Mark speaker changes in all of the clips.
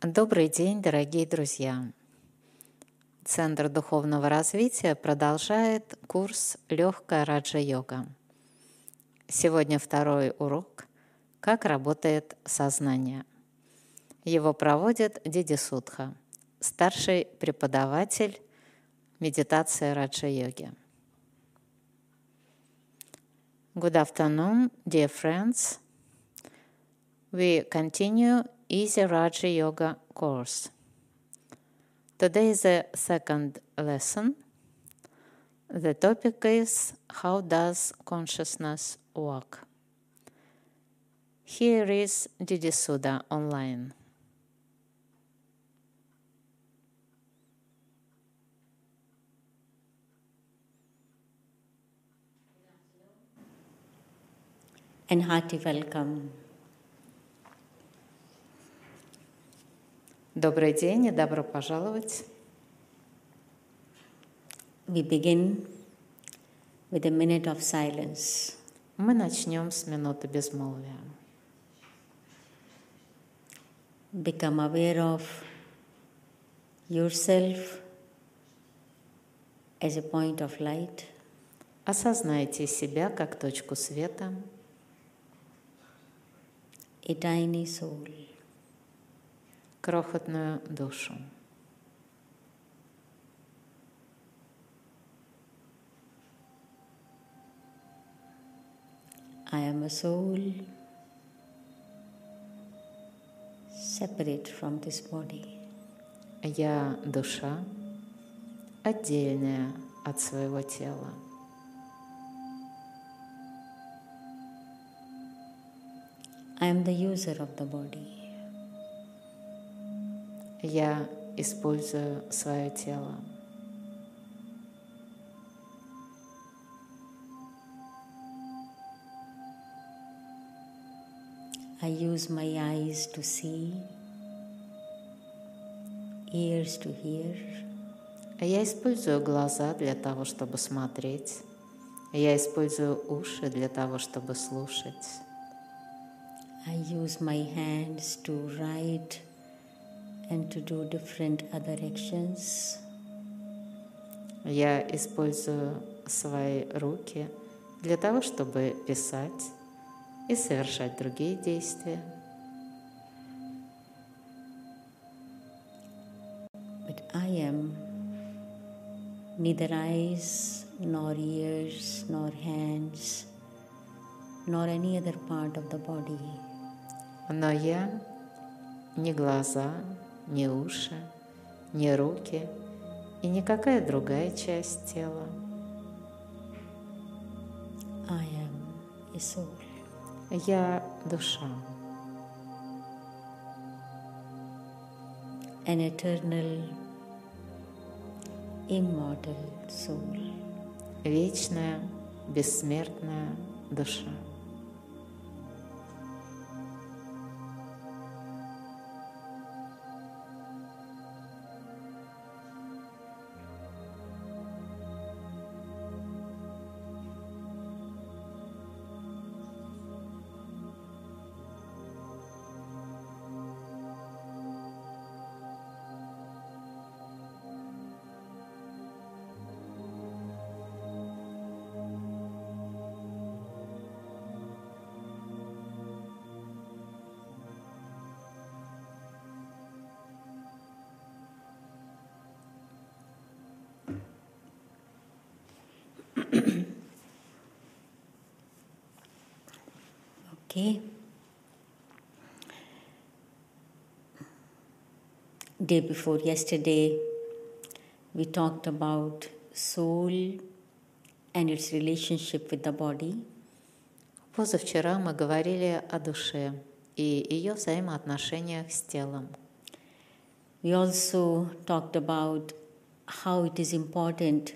Speaker 1: Добрый день, дорогие друзья! Центр духовного развития продолжает курс «Легкая раджа-йога». Сегодня второй урок «Как работает сознание». Его проводит Диди Судха, старший преподаватель медитации раджа-йоги. Good afternoon, dear friends. We continue Easy Raja Yoga course. Today is the second lesson. The topic is How does consciousness work? Here is Didi Suda online.
Speaker 2: And hearty welcome.
Speaker 1: Добрый день и добро пожаловать.
Speaker 2: We begin with a minute of silence.
Speaker 1: Мы начнем с минуты безмолвия.
Speaker 2: Become aware of yourself as a point of light
Speaker 1: Осознайте себя как точку света,
Speaker 2: a tiny soul.
Speaker 1: крохотную душу.
Speaker 2: I am a soul separate from this body.
Speaker 1: Я душа, отдельная от своего тела.
Speaker 2: I am the user of the body.
Speaker 1: Я использую свое тело.
Speaker 2: I use my eyes to see, ears to hear,
Speaker 1: Я использую глаза для того, чтобы смотреть. Я использую уши для того, чтобы слушать.
Speaker 2: I use my hands to write and to do different other actions.
Speaker 1: Я использую свои руки для того, чтобы писать и совершать другие действия.
Speaker 2: But I am neither eyes, nor ears, nor hands, nor any other part of the body.
Speaker 1: Но я ни глаза, ни уши, ни руки и никакая другая часть тела.
Speaker 2: I am a soul.
Speaker 1: Я душа,
Speaker 2: an eternal, immortal soul.
Speaker 1: вечная, бессмертная душа.
Speaker 2: Okay. Day before yesterday, we talked about soul and its relationship with the body.
Speaker 1: Позавчера мы говорили о душе и ее взаимоотношениях с телом.
Speaker 2: We also talked about how it is important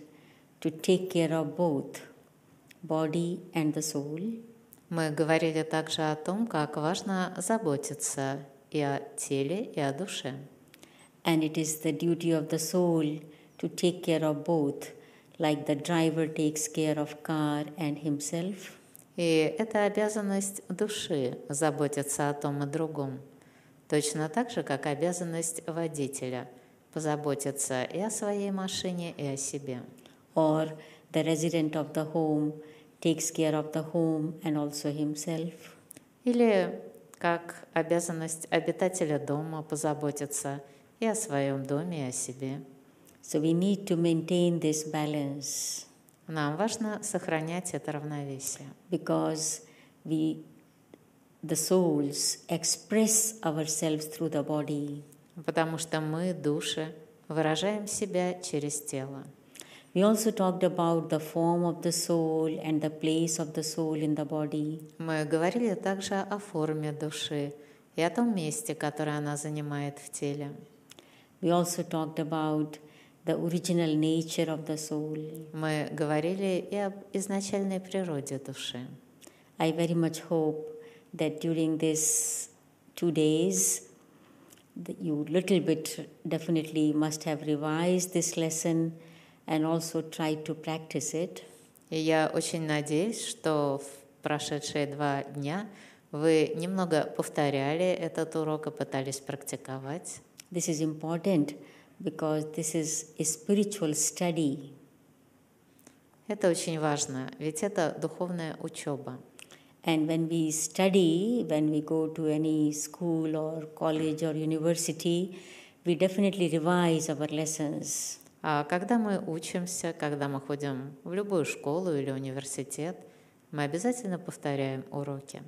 Speaker 2: to take care of both body and the soul.
Speaker 1: Мы говорили также о том, как важно заботиться и о теле, и о душе.
Speaker 2: And it is the duty of the soul to take care of both, like the driver takes care of car and himself.
Speaker 1: И это обязанность души заботиться о том и другом, точно так же, как обязанность водителя позаботиться и о своей машине, и о себе.
Speaker 2: or the resident of the home takes care of the home and also himself,
Speaker 1: Или как обязанность обитателя дома позаботиться и о своем доме, и о себе.
Speaker 2: so we need to maintain this balance
Speaker 1: Нам важно сохранять это равновесие,
Speaker 2: because we the souls express ourselves through the body
Speaker 1: потому что мы, души, выражаем себя через тело.
Speaker 2: we also talked about the form of the soul and the place of the soul in the body
Speaker 1: Мы говорили также о форме души и о том месте, которое она занимает в теле.
Speaker 2: we also talked about the original nature of the soul
Speaker 1: Мы говорили и об изначальной природе души.
Speaker 2: i very much hope that during these two days that you little bit definitely must have revised this lesson and also try to practice it
Speaker 1: И я очень надеюсь, что в прошедшие два дня вы немного повторяли этот урок и пытались практиковать.
Speaker 2: This is important because this is a spiritual study
Speaker 1: Это очень важно, ведь это духовная учеба.
Speaker 2: and when we study when we go to any school or college or university we definitely revise our lessons
Speaker 1: А когда мы учимся, когда мы ходим в любую школу или университет, мы обязательно повторяем уроки.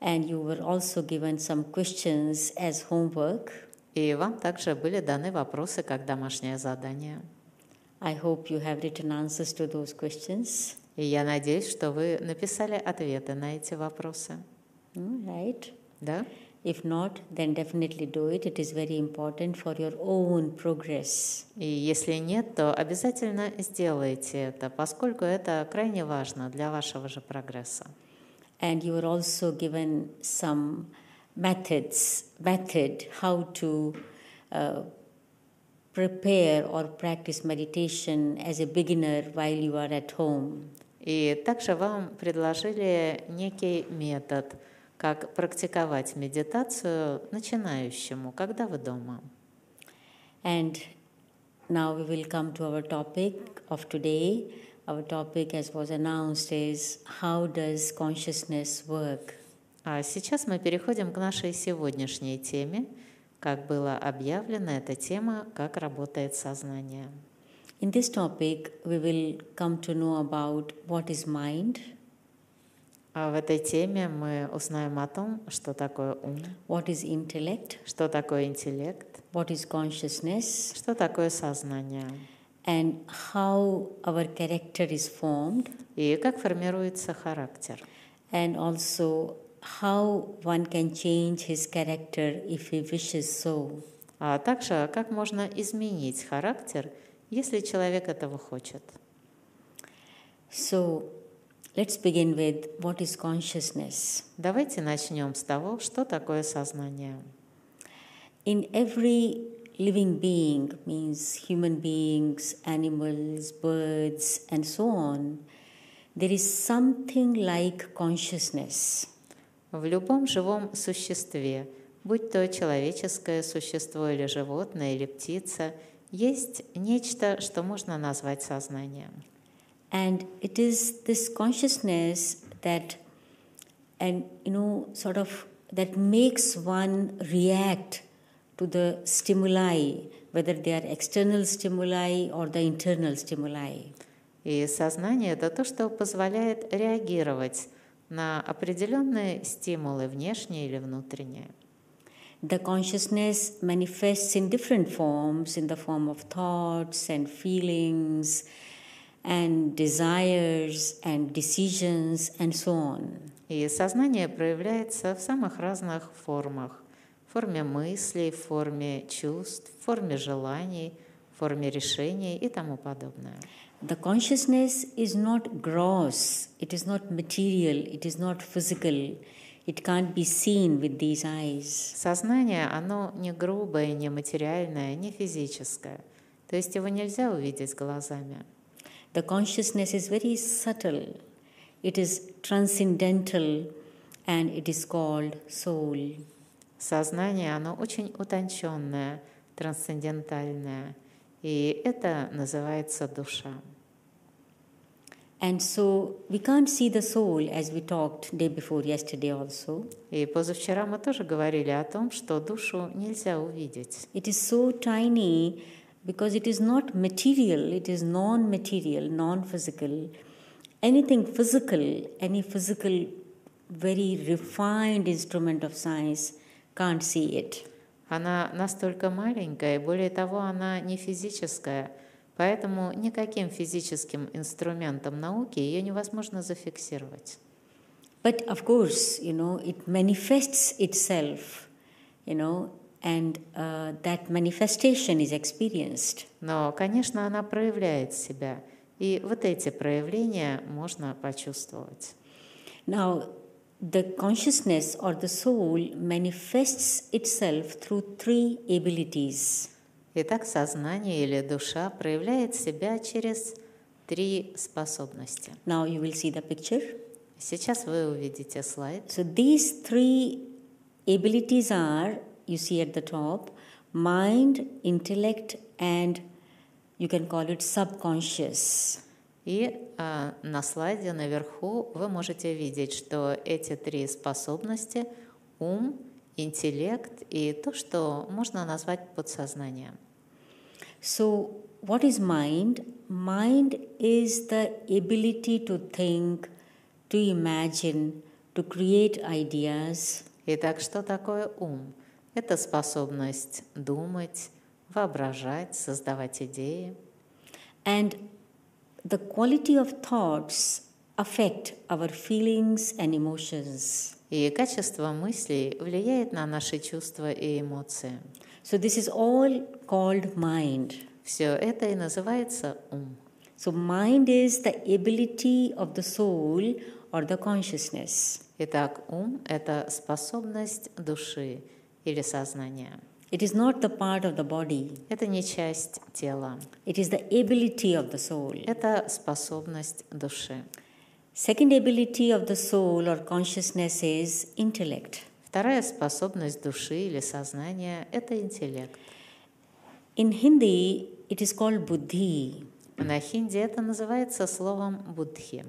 Speaker 2: and you were also given some questions as homework
Speaker 1: И вам также были даны вопросы как домашнее задание.
Speaker 2: i hope you have written answers to those questions
Speaker 1: И я надеюсь, что вы написали ответы на эти вопросы.
Speaker 2: Hmm, right
Speaker 1: Да?
Speaker 2: if not then definitely do it it is very important for your own progress
Speaker 1: И если нет, то обязательно сделайте это, поскольку это крайне важно для вашего же прогресса.
Speaker 2: and you were also given some methods method how to uh, prepare or practice meditation as a beginner while you are at home
Speaker 1: И также вам предложили некий метод, как практиковать медитацию начинающему, когда вы дома.
Speaker 2: and now we will come to our topic of today our topic as was announced is how does consciousness work
Speaker 1: А сейчас мы переходим к нашей сегодняшней теме. Как было объявлено, эта тема «Как работает сознание».
Speaker 2: in this topic we will come to know about what is mind
Speaker 1: А в этой теме мы узнаем о том, что такое ум,
Speaker 2: what is intellect
Speaker 1: что такое интеллект,
Speaker 2: what is consciousness
Speaker 1: что такое сознание
Speaker 2: and how our character is formed
Speaker 1: и как формируется характер.
Speaker 2: and also how one can change his character if he wishes so
Speaker 1: А также, как можно изменить характер, если человек этого хочет.
Speaker 2: so let's begin with what is consciousness
Speaker 1: Давайте начнем с того, что такое сознание.
Speaker 2: in every living being means human beings animals birds and so on there is something like consciousness
Speaker 1: В любом живом существе, будь то человеческое существо или животное, или птица, есть нечто, что можно назвать сознанием.
Speaker 2: and it is this consciousness that and you know sort of that makes one react to the stimuli whether they are external stimuli or the internal stimuli
Speaker 1: И сознание – это то, что позволяет реагировать на определенные стимулы, внешние или внутренние.
Speaker 2: the consciousness manifests in different forms in the form of thoughts and feelings and desires and decisions and so on
Speaker 1: И сознание проявляется в самых разных формах. В форме мыслей, в форме чувств, в форме желаний, в форме решений и тому подобное.
Speaker 2: The consciousness is not gross, it is not material, it is not physical, it can't be seen with these eyes.
Speaker 1: Сознание, оно не грубое, не материальное, не физическое. То есть его нельзя увидеть глазами.
Speaker 2: The consciousness is very subtle, it is transcendental, and it is called soul.
Speaker 1: Сознание, оно очень утонченное, трансцендентальное, и это называется душа.
Speaker 2: And so we can't see the soul as we talked day before yesterday also.
Speaker 1: И позавчера мы тоже говорили о том, что душу нельзя увидеть.
Speaker 2: It is so tiny because it is not material, it is non material, non physical. Anything physical, any physical, very refined instrument of science can't see it.
Speaker 1: Она настолько маленькая, и более того, она не физическая, поэтому никаким физическим инструментом науки ее невозможно зафиксировать.
Speaker 2: But of course, you know, it manifests itself, you know, and uh, that manifestation is experienced.
Speaker 1: Но, конечно, она проявляет себя, и вот эти проявления можно почувствовать.
Speaker 2: Now, the consciousness or the soul manifests itself through three abilities.
Speaker 1: Итак, сознание или душа проявляет себя через три способности.
Speaker 2: Now, you will see the picture.
Speaker 1: Сейчас вы увидите слайд.
Speaker 2: So, these three abilities are you see at the top mind, intellect, and you can call it subconscious.
Speaker 1: И э, на слайде наверху вы можете видеть, что эти три способности – ум, интеллект и то, что можно назвать подсознанием.
Speaker 2: So, what is mind? Mind is the ability to think, to imagine, to create ideas,
Speaker 1: Итак, что такое ум? Это способность думать, воображать, создавать идеи.
Speaker 2: and the quality of thoughts affect our feelings and emotions.
Speaker 1: И качество мыслей влияет на наши чувства и эмоции.
Speaker 2: So, this is all called mind.
Speaker 1: Все это и называется ум.
Speaker 2: So, mind is the ability of the soul or the consciousness.
Speaker 1: Итак, ум – это способность души или сознания.
Speaker 2: It is not the part of the body,
Speaker 1: Это не часть тела,
Speaker 2: it is the ability of the soul.
Speaker 1: это способность души.
Speaker 2: Second ability of the soul or consciousness is intellect.
Speaker 1: Вторая способность души или сознания – это интеллект.
Speaker 2: In Hindi, it is called buddhi.
Speaker 1: На хинди это называется словом «будхи».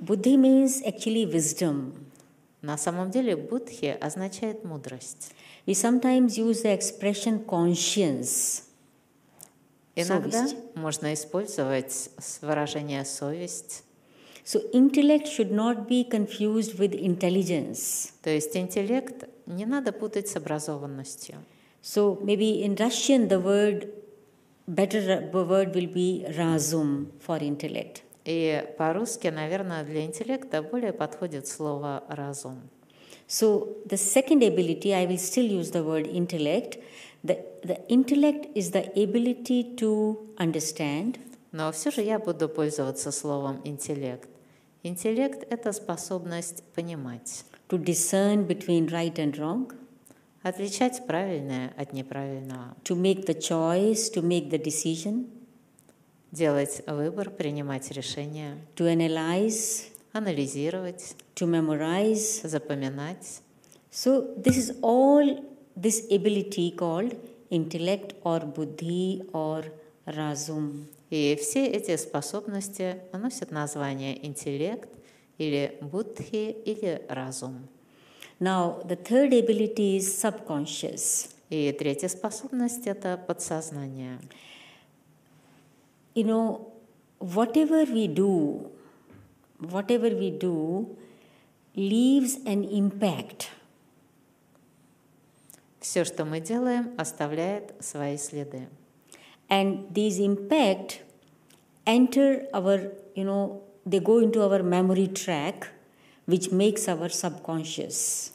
Speaker 2: Buddhi means actually wisdom.
Speaker 1: На самом деле «будхи» означает «мудрость».
Speaker 2: We sometimes use the expression conscience.
Speaker 1: Иногда
Speaker 2: Совесть.
Speaker 1: можно использовать с- выражение «совесть»,
Speaker 2: So, intellect should not be confused with intelligence.
Speaker 1: то есть интеллект не надо путать с образованностью.
Speaker 2: So, maybe in Russian, the word, better ra- word will be razum for intellect.
Speaker 1: И по-русски, наверное, для интеллекта более подходит слово «разум».
Speaker 2: So, the second ability, I will still use the word intellect. The, the intellect is the ability to understand,
Speaker 1: Но все же я буду пользоваться словом «интеллект». Интеллект – это способность понимать,
Speaker 2: to discern between right and wrong,
Speaker 1: отличать правильное от неправильного,
Speaker 2: to make the choice, to make the decision,
Speaker 1: делать выбор, принимать решения,
Speaker 2: to analyze,
Speaker 1: анализировать,
Speaker 2: to memorize.
Speaker 1: запоминать.
Speaker 2: So, this is all this ability called intellect or buddhi or razum.
Speaker 1: И все эти способности носят название интеллект или будхи или разум.
Speaker 2: Now, the third ability is subconscious.
Speaker 1: И третья способность – это подсознание.
Speaker 2: you know, whatever we do, whatever we do leaves an impact.
Speaker 1: Все, что мы делаем, оставляет свои следы.
Speaker 2: And these impact enter our, you know, they go into our memory track, which makes our subconscious.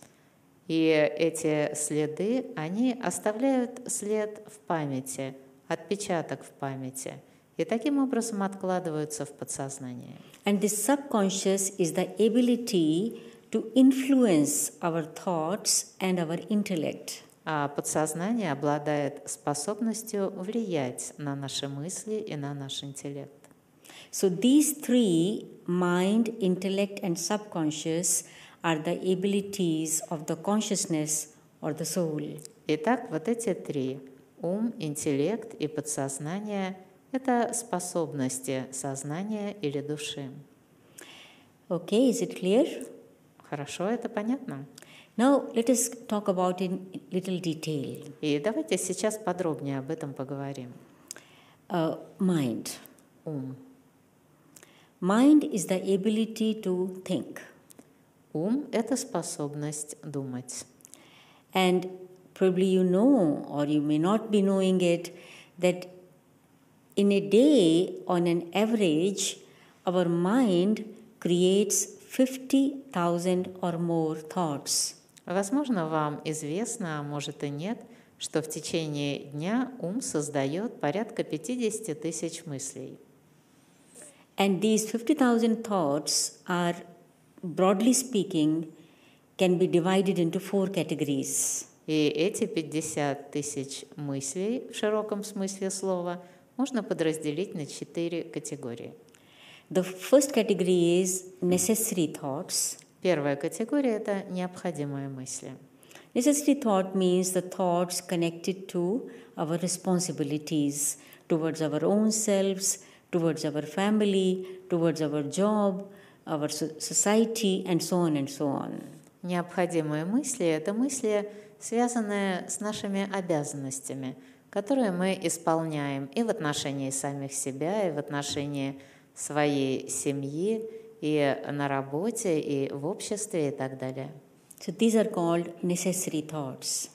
Speaker 1: И эти следы, они оставляют след в памяти, отпечаток в памяти, и таким образом откладываются в подсознании.
Speaker 2: And this subconscious is the ability to influence our thoughts and our intellect.
Speaker 1: А подсознание обладает способностью влиять на наши мысли и на наш интеллект.
Speaker 2: So these three mind, intellect, and subconscious are the abilities of the consciousness or the soul.
Speaker 1: Итак, вот эти три – ум, интеллект и подсознание – это способности сознания или души.
Speaker 2: Okay, is it clear?
Speaker 1: Хорошо, это понятно?
Speaker 2: Now let us talk about in little detail.
Speaker 1: И давайте сейчас подробнее об этом поговорим.
Speaker 2: Uh, mind.
Speaker 1: Ум.
Speaker 2: Mind is the ability to think,
Speaker 1: Ум – это способность думать.
Speaker 2: and probably you know, or you may not be knowing it, that in a day, on an average, our mind creates 50,000 or more thoughts.
Speaker 1: Возможно, вам известно, а может и нет, что в течение дня ум создает порядка 50 тысяч мыслей.
Speaker 2: And these 50,000 thoughts are, broadly speaking, can be divided into four categories.
Speaker 1: И эти 50 тысяч мыслей в широком смысле слова можно подразделить на четыре категории.
Speaker 2: The first category is necessary thoughts.
Speaker 1: Первая категория – это необходимые мысли.
Speaker 2: Necessary thought means the thoughts connected to our responsibilities towards our own selves, towards our family, towards our job, our so- society, and so on and so on.
Speaker 1: Необходимые мысли – это мысли, связанные с нашими обязанностями, которые мы исполняем и в отношении самих себя, и в отношении своей семьи, и на работе, и в обществе, и так далее.
Speaker 2: So these are called necessary thoughts.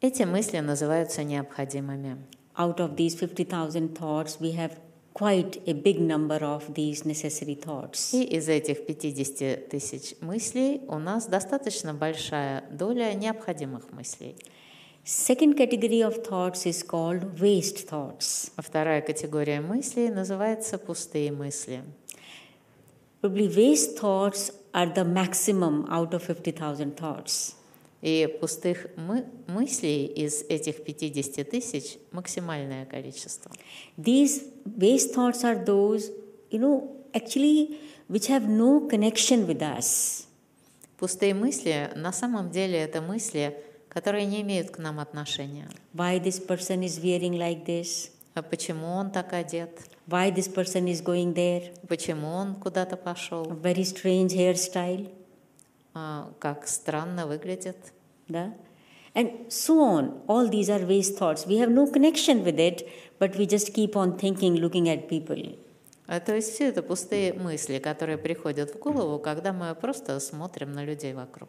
Speaker 1: Эти мысли называются необходимыми.
Speaker 2: Out of these 50,000 thoughts, we have quite a big number of these necessary thoughts.
Speaker 1: И из этих 50 tысяч мыслей у нас достаточно большая доля необходимых мыслей.
Speaker 2: Second category of thoughts is called waste thoughts.
Speaker 1: Вторая категория мыслей называется пустые мысли.
Speaker 2: Probably waste thoughts are the maximum out of 50,000 thoughts.
Speaker 1: И пустых мы- мыслей из этих 50 тысяч максимальное количество.
Speaker 2: These waste thoughts are those, you know, actually which have no connection with us.
Speaker 1: Пустые мысли на самом деле это мысли, которые не имеют к нам отношения.
Speaker 2: Why this person is wearing like this?
Speaker 1: А почему он так одет?
Speaker 2: Why this person is going there?
Speaker 1: Почему он куда-то
Speaker 2: A
Speaker 1: пошел?
Speaker 2: very strange hairstyle.
Speaker 1: А, как странно выглядит?
Speaker 2: The, and so on. All these are waste thoughts. We have no connection with it, but we just keep on thinking, looking at people.
Speaker 1: А То есть все это пустые мысли, которые приходят в голову, когда мы просто смотрим на людей вокруг.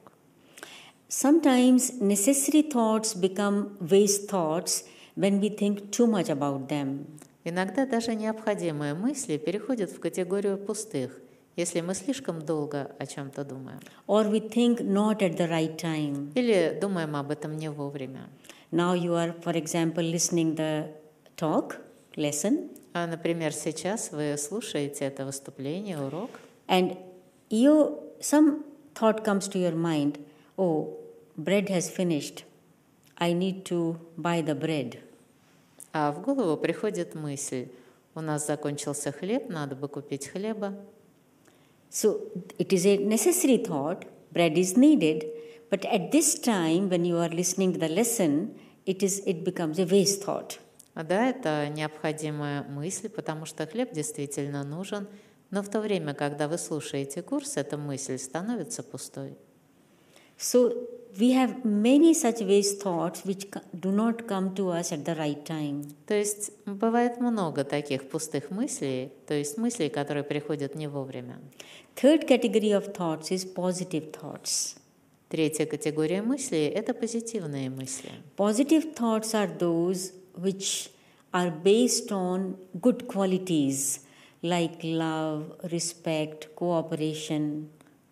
Speaker 2: Sometimes necessary thoughts become waste thoughts when we think too much about them.
Speaker 1: Иногда даже необходимые мысли переходят в категорию пустых, если мы слишком долго о чем-то думаем
Speaker 2: Or we think not at the right time.
Speaker 1: или думаем об этом не вовремя.
Speaker 2: Now you are, for example, listening the talk, lesson,
Speaker 1: А, Например, сейчас вы слушаете это выступление, урок,
Speaker 2: and you some thought comes to your mind, oh, bread has finished. I need to buy the bread.
Speaker 1: а в голову приходит мысль «У нас закончился хлеб, надо бы купить хлеба».
Speaker 2: So it is a necessary thought, bread is needed, but at this time when you are listening to the lesson, it is it becomes a waste thought.
Speaker 1: А Да, это необходимая мысль, потому что хлеб действительно нужен, но в то время, когда вы слушаете курс, эта мысль становится пустой.
Speaker 2: So we have many such waste thoughts which co- do not come to us at the right time.
Speaker 1: То есть бывает много таких пустых мыслей, то есть мыслей, которые приходят не вовремя.
Speaker 2: Third category of thoughts is positive thoughts.
Speaker 1: Третья категория мыслей – это позитивные мысли.
Speaker 2: Positive thoughts are those which are based on good qualities like love, respect, cooperation,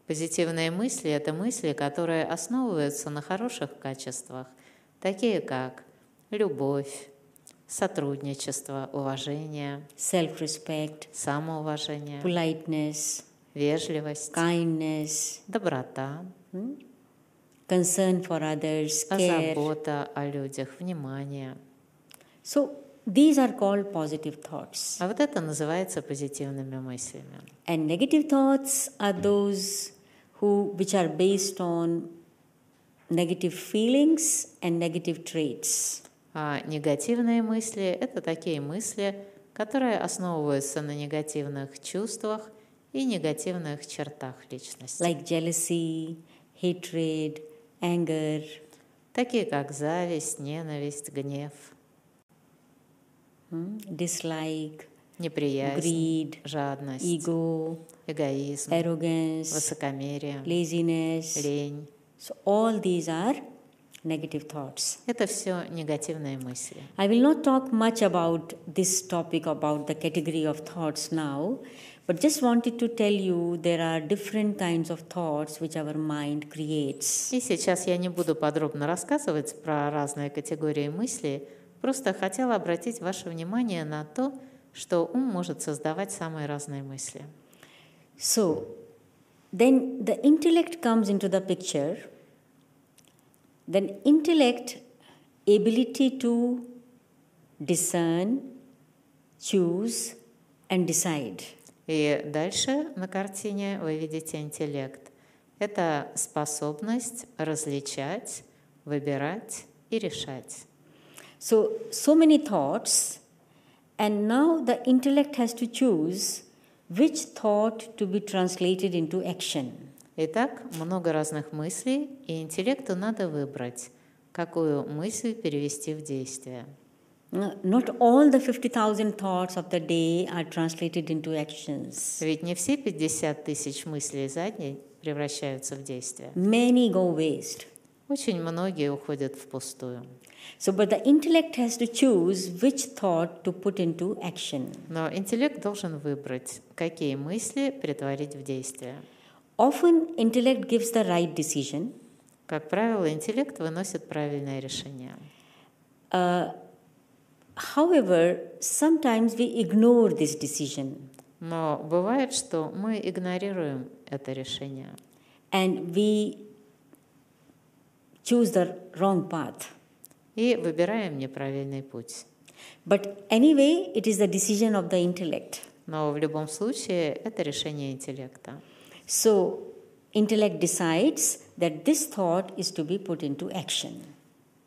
Speaker 1: Позитивные мысли – это мысли, которые основываются на хороших качествах, такие как любовь, сотрудничество, уважение,
Speaker 2: self respect,
Speaker 1: самоуважение.
Speaker 2: politeness,
Speaker 1: вежливость,
Speaker 2: kindness,
Speaker 1: доброта,
Speaker 2: concern for others, care.
Speaker 1: забота о людях, внимание.
Speaker 2: So these are called positive thoughts.
Speaker 1: А вот это называется позитивными мыслями.
Speaker 2: And negative thoughts are those who which are based on negative feelings and negative traits.
Speaker 1: А негативные мысли – это такие мысли, которые основываются на негативных чувствах и негативных чертах личности,
Speaker 2: like jealousy, hatred, anger.
Speaker 1: такие как зависть, ненависть, гнев,
Speaker 2: hmm, dislike,
Speaker 1: неприязнь,
Speaker 2: greed,
Speaker 1: жадность, Hmm.
Speaker 2: ego,
Speaker 1: эгоизм,
Speaker 2: arrogance,
Speaker 1: высокомерие,
Speaker 2: laziness.
Speaker 1: лень.
Speaker 2: So, all these are negative thoughts.
Speaker 1: Это все негативные мысли.
Speaker 2: I will not talk much about this topic about the category of thoughts now, but just wanted to tell you there are different kinds of thoughts which our mind creates.
Speaker 1: И сейчас я не буду подробно рассказывать про разные категории мыслей, просто хотела обратить ваше внимание на то, что ум может создавать самые разные мысли.
Speaker 2: So, then the intellect comes into the picture. Then intellect ability to discern, choose and decide.
Speaker 1: И дальше на картине вы видите интеллект. Это способность различать, выбирать и решать.
Speaker 2: So, so many thoughts, and now the intellect has to choose which thought to be translated into action.
Speaker 1: Итак, много разных мыслей, и интеллекту надо выбрать, какую мысль перевести в действие.
Speaker 2: Uh, Not all the 50,000 thoughts of the day are translated into actions.
Speaker 1: Ведь не все 50 тысяч мыслей за день превращаются в действие.
Speaker 2: Many go waste.
Speaker 1: Очень многие уходят впустую.
Speaker 2: So, but the intellect has to choose which thought to put into action.
Speaker 1: Но интеллект должен выбрать, какие мысли притворить в действие.
Speaker 2: Often, intellect gives the right decision,
Speaker 1: Как правило, интеллект выносит правильное решение.
Speaker 2: however, sometimes we ignore this decision.
Speaker 1: Но бывает, что мы игнорируем это решение
Speaker 2: and we choose the wrong path.
Speaker 1: и выбираем неправильный путь.
Speaker 2: But anyway, it is the decision of the intellect.
Speaker 1: Но в любом случае это решение интеллекта.
Speaker 2: So, intellect decides that this thought is to be put into action.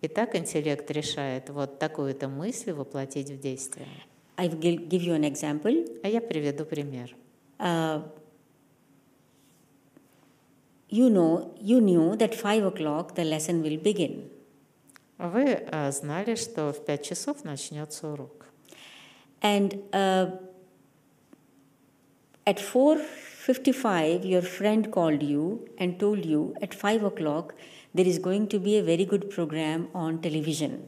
Speaker 1: Итак, интеллект решает вот такую-то мысль воплотить в действие.
Speaker 2: I will gi- give you an example.
Speaker 1: А я приведу пример.
Speaker 2: Uh, you know, you knew that five o'clock the lesson will begin,
Speaker 1: Вы э, знали, что в 5 часов начнется урок.
Speaker 2: and uh, at four fifty-five, your friend called you and told you at five o'clock there is going to be a very good program on television.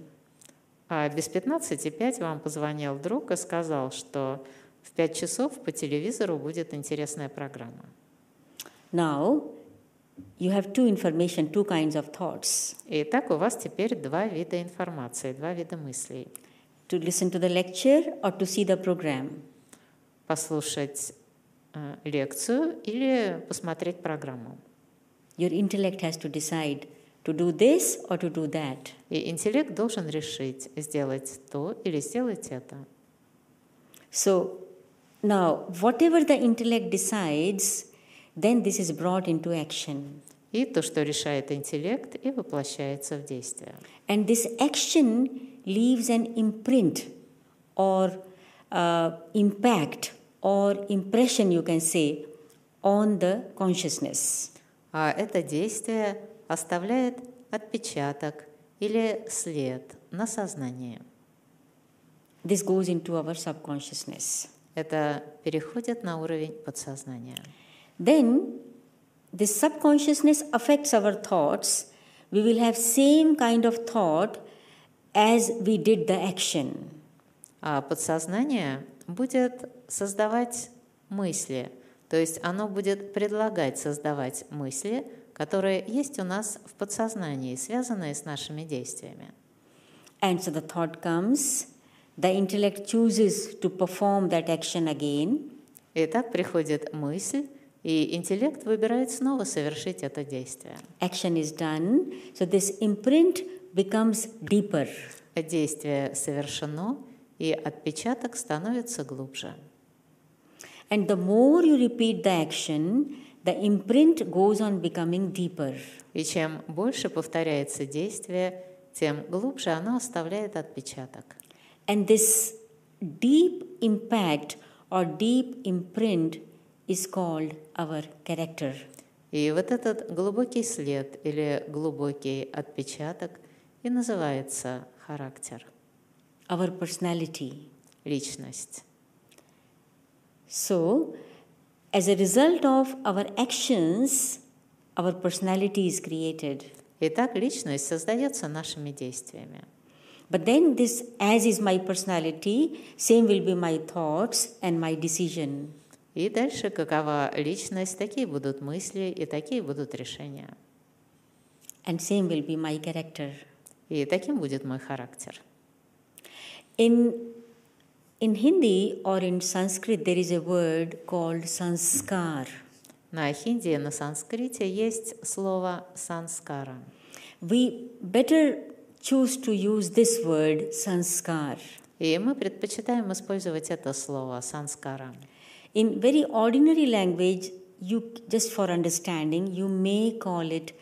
Speaker 1: А без 15.05 вам позвонил друг и сказал, что в 5 часов по телевизору будет интересная программа.
Speaker 2: Now, you have two information, two kinds of thoughts
Speaker 1: И так у вас теперь два вида информации, два вида мыслей.
Speaker 2: to listen to the lecture or to see the program.
Speaker 1: Послушать э, лекцию или посмотреть программу.
Speaker 2: Your intellect has to decide to do this or to do that.
Speaker 1: И интеллект должен решить, сделать то или сделать это.
Speaker 2: So, now, whatever the intellect decides, then this is brought into action.
Speaker 1: И то, что решает интеллект, и воплощается в действие.
Speaker 2: And this action leaves an imprint or uh, impact or impression, you can say, on the consciousness.
Speaker 1: А это действие оставляет отпечаток или след на сознании.
Speaker 2: This goes into our subconsciousness.
Speaker 1: Это переходит на уровень подсознания.
Speaker 2: Then, this subconsciousness affects our thoughts. We will have same kind of thought as we did the action.
Speaker 1: А подсознание будет создавать мысли, то есть оно будет предлагать создавать мысли, которые есть у нас в подсознании, связанные с нашими действиями.
Speaker 2: And so the thought comes, the intellect chooses to perform that action again,
Speaker 1: И так приходит мысль, и интеллект выбирает снова совершить это действие.
Speaker 2: action is done. So this imprint becomes deeper.
Speaker 1: Действие совершено, и отпечаток становится глубже.
Speaker 2: And the more you repeat the action, the imprint goes on becoming deeper.
Speaker 1: И чем больше повторяется действие, тем глубже оно оставляет отпечаток.
Speaker 2: And this deep impact or deep imprint is called our character.
Speaker 1: И вот этот глубокий след или глубокий отпечаток и называется характер,
Speaker 2: our personality.
Speaker 1: личность.
Speaker 2: So, as a result of our actions, our personality is created.
Speaker 1: Итак, личность создается нашими действиями.
Speaker 2: But then, this as is my personality, same will be my thoughts and my decision.
Speaker 1: И дальше какова личность, такие будут мысли и такие будут решения.
Speaker 2: And same will be my character.
Speaker 1: И таким будет мой характер.
Speaker 2: In, in Hindi or in Sanskrit, there is a word called sanskar.
Speaker 1: На хинди и на санскрите есть слово санскара.
Speaker 2: We better choose to use this word sanskar.
Speaker 1: И мы предпочитаем использовать это слово санскара.
Speaker 2: In very ordinary language, you just for understanding, you may call it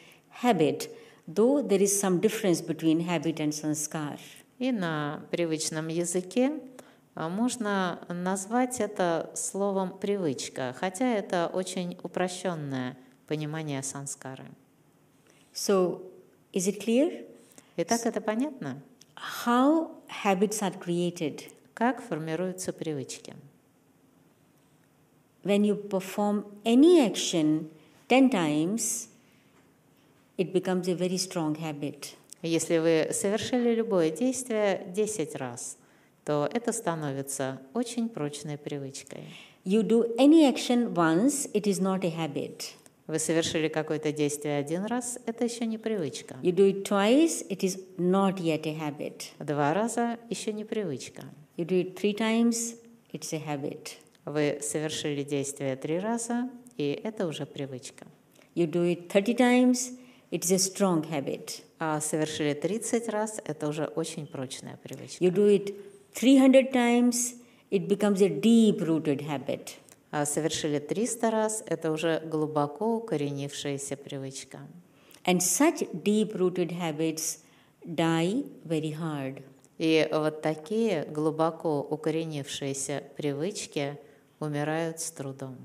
Speaker 2: habit, though there is some difference between habit and sanskar.
Speaker 1: И на привычном языке а, можно назвать это словом привычка, хотя это очень упрощенное понимание санскары.
Speaker 2: So, is it clear
Speaker 1: Итак, это понятно?
Speaker 2: how habits are created?
Speaker 1: Как формируются привычки?
Speaker 2: When you perform any action 10 times, it becomes a very strong habit.
Speaker 1: Если вы совершили любое действие 10 раз, то это становится очень прочной привычкой.
Speaker 2: You do any action once, it is not a habit.
Speaker 1: Вы совершили какое-то действие один раз, это еще не привычка.
Speaker 2: You do it twice, it is not yet a habit.
Speaker 1: Два раза еще не привычка.
Speaker 2: You do it three times, it's a habit.
Speaker 1: Вы совершили действие три раза, и это уже привычка.
Speaker 2: You do it 30 times, it's a strong habit.
Speaker 1: А совершили 30 раз, это уже очень прочная привычка.
Speaker 2: You do it 300 times, it becomes a deep rooted habit.
Speaker 1: А совершили 300 раз, это уже глубоко укоренившаяся привычка.
Speaker 2: And such deep rooted habits die very hard.
Speaker 1: И вот такие глубоко укоренившиеся привычки умирают с трудом.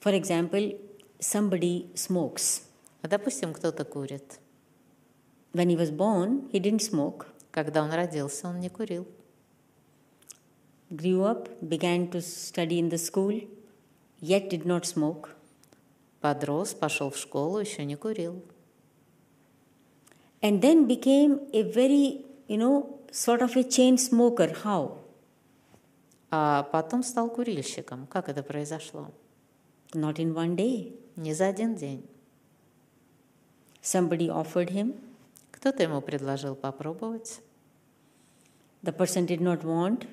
Speaker 2: For example, somebody smokes.
Speaker 1: Допустим, кто-то курит.
Speaker 2: When he was born, he didn't smoke.
Speaker 1: Когда он родился, он не курил.
Speaker 2: Grew up, began to study in the school, yet did not smoke.
Speaker 1: Подрос, пошел в школу, еще не курил.
Speaker 2: and then became a very you know sort of a chain smoker how
Speaker 1: А потом стал курильщиком. Как это произошло?
Speaker 2: not in one day
Speaker 1: Не за один день.
Speaker 2: somebody offered him
Speaker 1: Кто-то ему предложил попробовать.
Speaker 2: the person did not want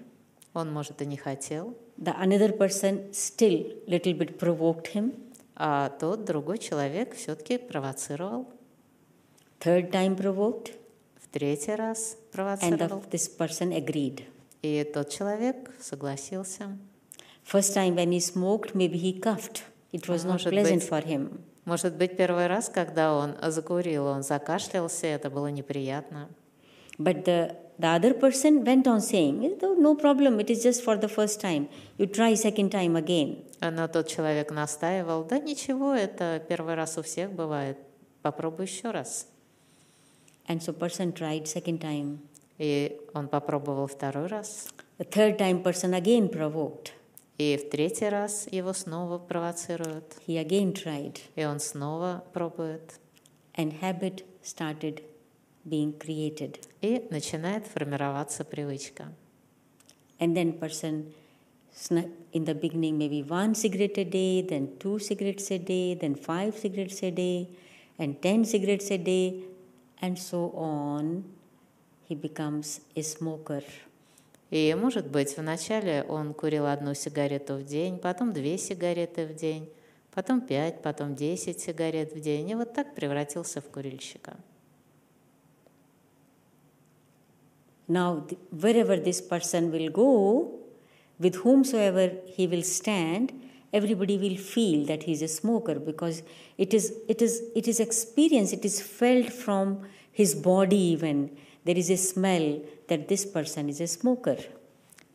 Speaker 1: Он, может, и не хотел.
Speaker 2: the another person still little bit provoked him
Speaker 1: А тот другой человек все-таки провоцировал.
Speaker 2: third time provoked
Speaker 1: В третий раз
Speaker 2: and the,
Speaker 1: провоцировал.
Speaker 2: this person agreed
Speaker 1: И тот человек согласился.
Speaker 2: first time when he smoked maybe he coughed it was not
Speaker 1: Может
Speaker 2: pleasant
Speaker 1: быть.
Speaker 2: for him
Speaker 1: Может быть, первый раз, когда он закурил, он закашлялся, это было неприятно.
Speaker 2: but the the other person went on saying "Oh, no problem it is just for the first time you try second time again
Speaker 1: Но тот человек настаивал, да ничего, это первый раз у всех бывает, попробуй еще раз.
Speaker 2: and so person tried second time
Speaker 1: И он попробовал второй раз,
Speaker 2: The third time person again provoked.
Speaker 1: и в третий раз его снова провоцируют,
Speaker 2: He again tried
Speaker 1: и он снова пробует.
Speaker 2: and habit started being created.
Speaker 1: И начинает формироваться привычка.
Speaker 2: And then person sna- in the beginning maybe one cigarette a day, then two cigarettes a day, then five cigarettes a day, and 10 cigarettes a day and so on. He becomes a smoker.
Speaker 1: И, может быть, вначале он курил одну сигарету в день, потом две сигареты в день, потом пять, потом десять сигарет в день, и вот так превратился в курильщика.
Speaker 2: Now th- wherever this person will go with whomsoever he will stand everybody will feel that he is a smoker because it is it is it is experienced it is felt from his body even there is a smell that this person is a smoker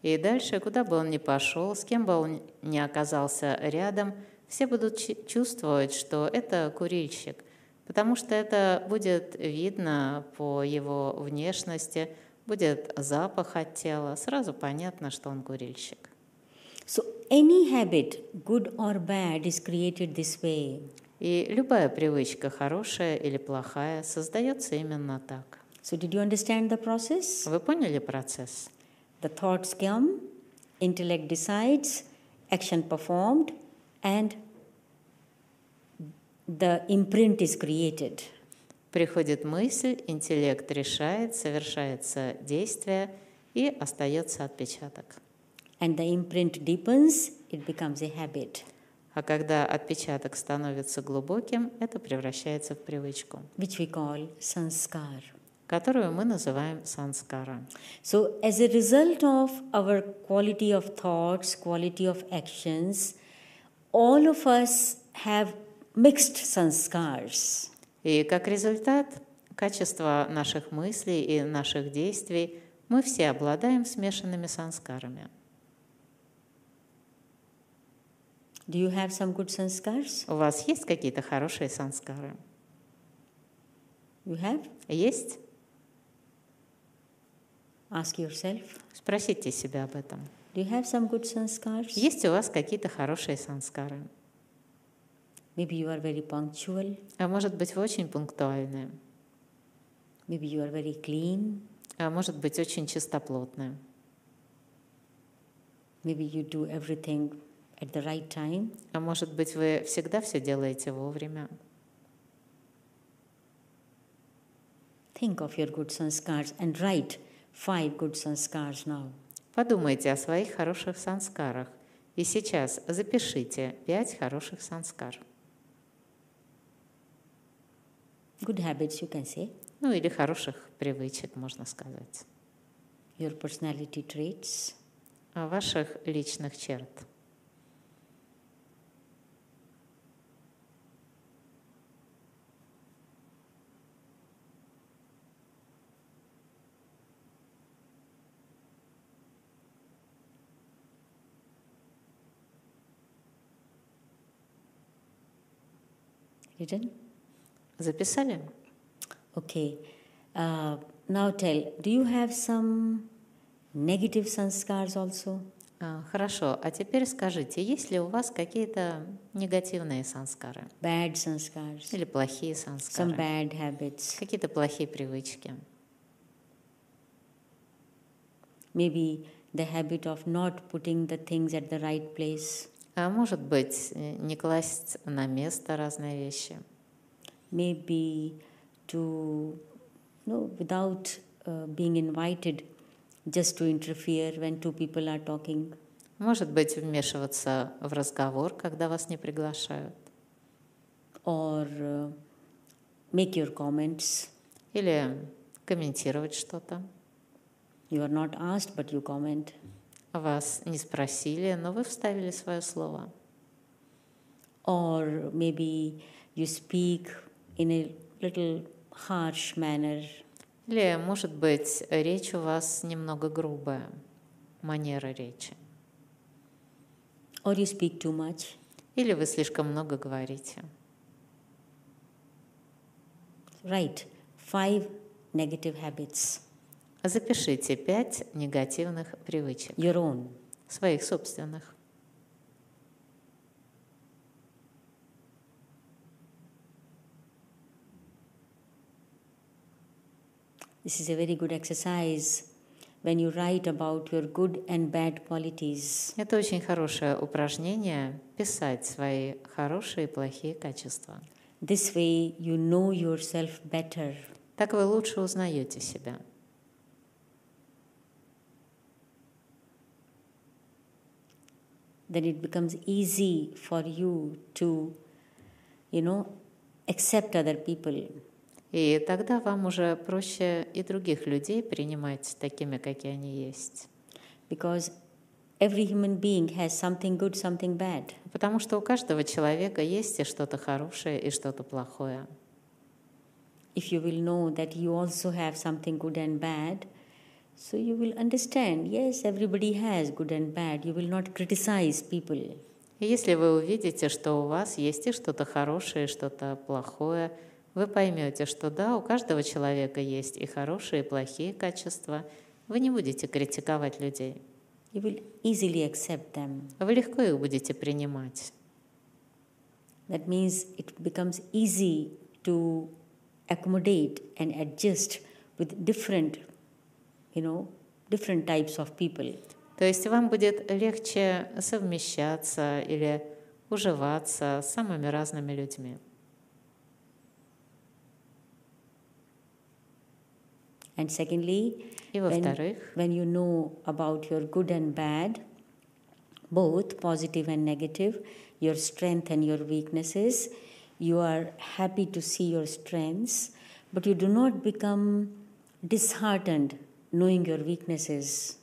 Speaker 1: И дальше, куда бы он ни пошел, с кем бы он ни оказался рядом, все будут чи- чувствовать, что это курильщик, потому что это будет видно по его внешности, будет запах от тела, сразу понятно, что он курильщик.
Speaker 2: so any habit good or bad is created this way
Speaker 1: И любая привычка, хорошая или плохая, создается именно так.
Speaker 2: so did you understand the process
Speaker 1: Вы поняли процесс?
Speaker 2: the thoughts come intellect decides action performed and the imprint is created
Speaker 1: Приходит мысль, интеллект решает, совершается действие и остается отпечаток.
Speaker 2: and the imprint deepens it becomes a habit
Speaker 1: А когда отпечаток становится глубоким, это превращается в привычку,
Speaker 2: which we call sanskar.
Speaker 1: которую мы называем санскара.
Speaker 2: So, as a result of our quality of thoughts, quality of actions, all of us have mixed sanskars.
Speaker 1: И как результат, качество наших мыслей и наших действий мы все обладаем смешанными санскарами.
Speaker 2: Do you have some good sanskars?
Speaker 1: У вас есть какие-то хорошие санскары?
Speaker 2: You have?
Speaker 1: Есть?
Speaker 2: Ask yourself.
Speaker 1: Спросите себя об этом.
Speaker 2: Do you have some good sanskars?
Speaker 1: Есть у вас какие-то хорошие санскары?
Speaker 2: Maybe you are very punctual.
Speaker 1: А может быть, вы очень пунктуальны,
Speaker 2: Maybe you are very clean.
Speaker 1: а может быть, очень чистоплотны.
Speaker 2: Maybe you do everything at the right time.
Speaker 1: А может быть, вы всегда все делаете вовремя.
Speaker 2: Think of your good sanskars and write five good sanskars now.
Speaker 1: Подумайте о своих хороших санскарах. И сейчас запишите пять хороших санскар.
Speaker 2: Good habits, you can say.
Speaker 1: Ну или хороших привычек, можно сказать.
Speaker 2: your personality traits,
Speaker 1: А Ваших личных черт.
Speaker 2: written?
Speaker 1: Записали?
Speaker 2: Okay. Uh, now tell, do you have some negative sanskars also?
Speaker 1: А, Хорошо. А теперь скажите, есть ли у вас какие-то негативные санскары?
Speaker 2: Bad sanskars,
Speaker 1: Или плохие
Speaker 2: some
Speaker 1: санскары?
Speaker 2: bad habits,
Speaker 1: Какие-то плохие привычки?
Speaker 2: maybe the habit of not putting the things at the right place,
Speaker 1: А может быть, э, не класть на место разные вещи?
Speaker 2: maybe to, you know, without uh, being invited, just to interfere when two people are talking.
Speaker 1: Может быть, вмешиваться в разговор, когда вас не приглашают?
Speaker 2: or uh, make your comments.
Speaker 1: Или комментировать что-то.
Speaker 2: You are not asked, but you comment.
Speaker 1: Вас не спросили, но вы вставили свое слово.
Speaker 2: Or maybe you speak in a little harsh manner.
Speaker 1: Или, может быть, речь у вас немного грубая, манера речи.
Speaker 2: Or you speak too much.
Speaker 1: Или вы слишком много говорите.
Speaker 2: Right. Five negative habits.
Speaker 1: Запишите пять негативных привычек,
Speaker 2: Your own.
Speaker 1: своих собственных.
Speaker 2: This is a very good exercise when you write about your good and bad qualities.
Speaker 1: Это очень хорошее упражнение писать свои хорошие и плохие качества.
Speaker 2: This way, you know yourself better.
Speaker 1: Так вы лучше узнаете себя.
Speaker 2: then it becomes easy for you to, you know, accept other people.
Speaker 1: И тогда вам уже проще и других людей принимать такими, какие они есть.
Speaker 2: Because every human being has something good, something bad.
Speaker 1: Потому что у каждого человека есть и что-то хорошее, и что-то плохое.
Speaker 2: If you will know that you also have something good and bad, so you will understand yes, everybody has good and bad. You will not criticize people.
Speaker 1: И если вы увидите, что у вас есть и что-то хорошее, и что-то плохое, вы поймете, что да, у каждого человека есть и хорошие, и плохие качества. Вы не будете критиковать людей.
Speaker 2: You will easily accept them.
Speaker 1: Вы легко их будете принимать.
Speaker 2: That means it becomes easy to accommodate and adjust with different, you know, different types of people.
Speaker 1: То есть вам будет легче совмещаться или уживаться с самыми разными людьми.
Speaker 2: And secondly,
Speaker 1: И
Speaker 2: when,
Speaker 1: во-вторых,
Speaker 2: when you know about your good and bad, both positive and negative, your strength and your weaknesses, you are happy to see your strengths, but you do not become disheartened knowing your weaknesses.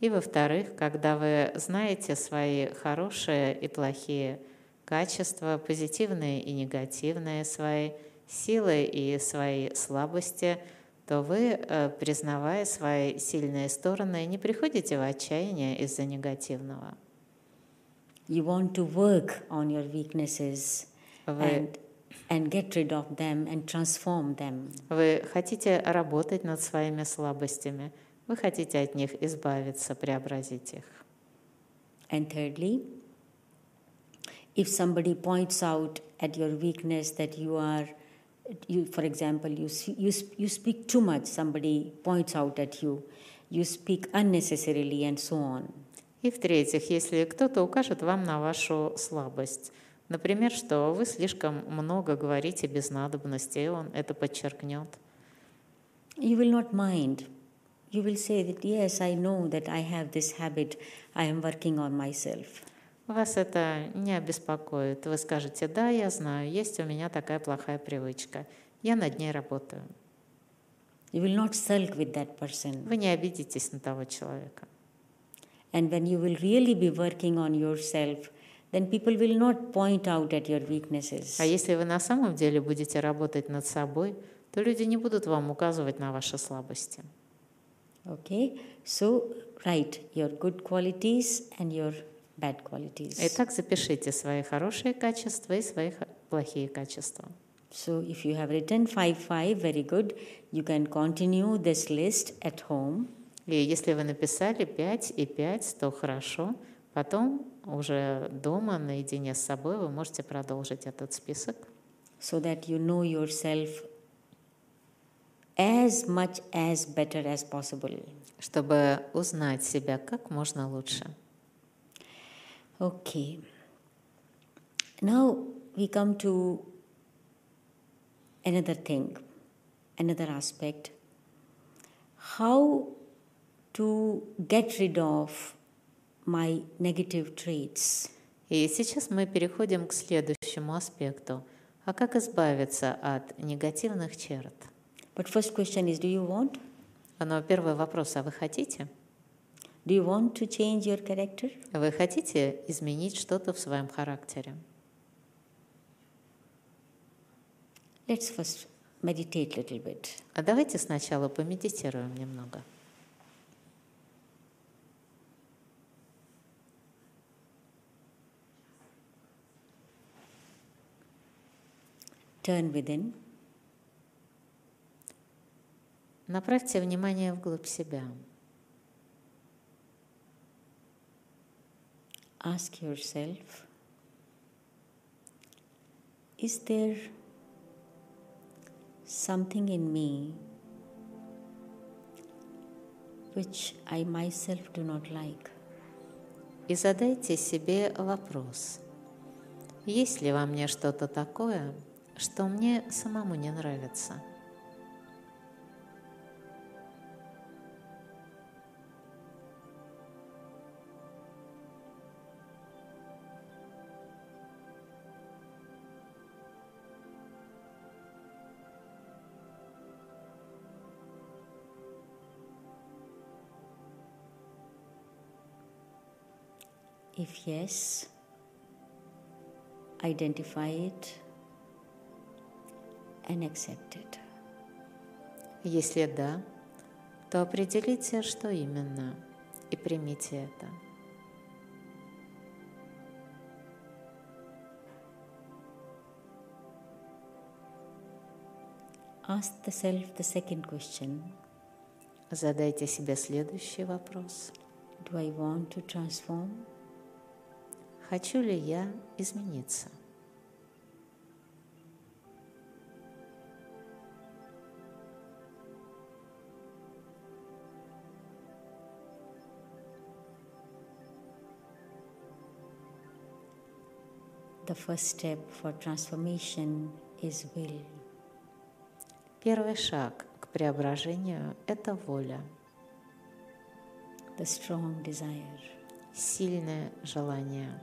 Speaker 1: и во-вторых, когда вы знаете свои хорошие и плохие качества, позитивные и негативные свои силы и свои слабости, то вы, э, признавая свои сильные стороны, не приходите в отчаяние из-за негативного.
Speaker 2: You want to work on your weaknesses
Speaker 1: Вы,
Speaker 2: and, and get rid of them and transform them.
Speaker 1: вы хотите работать над своими слабостями, вы хотите от них избавиться, преобразить их.
Speaker 2: And thirdly, if somebody points out at your weakness that you are, you, for example, you, s- you, s- you speak too much, somebody points out at you, you speak unnecessarily, and so on.
Speaker 1: И в-третьих, если кто-то укажет вам на вашу слабость, например, что вы слишком много говорите без надобности, и он это подчеркнет,
Speaker 2: You will not mind. You will say that, yes, I know that I have this habit, I am working on myself.
Speaker 1: вас это не обеспокоит. Вы скажете, да, я знаю, есть у меня такая плохая привычка, я над ней работаю.
Speaker 2: You will not sulk with that person.
Speaker 1: Вы не обидитесь на того человека.
Speaker 2: And when you will really be working on yourself, then people will not point out at your weaknesses.
Speaker 1: А если вы на самом деле будете работать над собой, то люди не будут вам указывать на ваши слабости.
Speaker 2: Okay, so write your good qualities and your bad qualities.
Speaker 1: Итак, запишите свои хорошие качества и свои хо- плохие качества.
Speaker 2: so if you have written 5 5, very good. You can continue this list at home.
Speaker 1: И если вы написали 5 и 5, то хорошо. Потом уже дома, наедине с собой, вы можете продолжить этот список.
Speaker 2: so that you know yourself as much as better as possible.
Speaker 1: чтобы узнать себя как можно лучше.
Speaker 2: Okay. Now we come to another thing, another aspect. How to get rid of my negative traits.
Speaker 1: И сейчас мы переходим к следующему аспекту. А как избавиться от негативных черт?
Speaker 2: But first question is do you want?
Speaker 1: Но первый вопрос, а вы хотите?
Speaker 2: Do you want to change your character?
Speaker 1: Вы хотите изменить что-то в своем характере?
Speaker 2: Let's first meditate a little bit.
Speaker 1: А давайте сначала помедитируем немного.
Speaker 2: Turn within.
Speaker 1: Направьте внимание вглубь себя.
Speaker 2: ask yourself is there something in me which I myself do not like?
Speaker 1: И задайте себе вопрос. Есть ли во мне что-то такое, что мне самому не нравится?
Speaker 2: If yes, identify it and accept it.
Speaker 1: Если да, то определите, что именно, и примите это.
Speaker 2: Ask the self the second question
Speaker 1: Задайте себе следующий вопрос.
Speaker 2: Do I want to transform?
Speaker 1: Хочу ли я измениться?
Speaker 2: The first step for transformation is will.
Speaker 1: Первый шаг к преображению – это воля,
Speaker 2: the strong desire.
Speaker 1: сильное желание.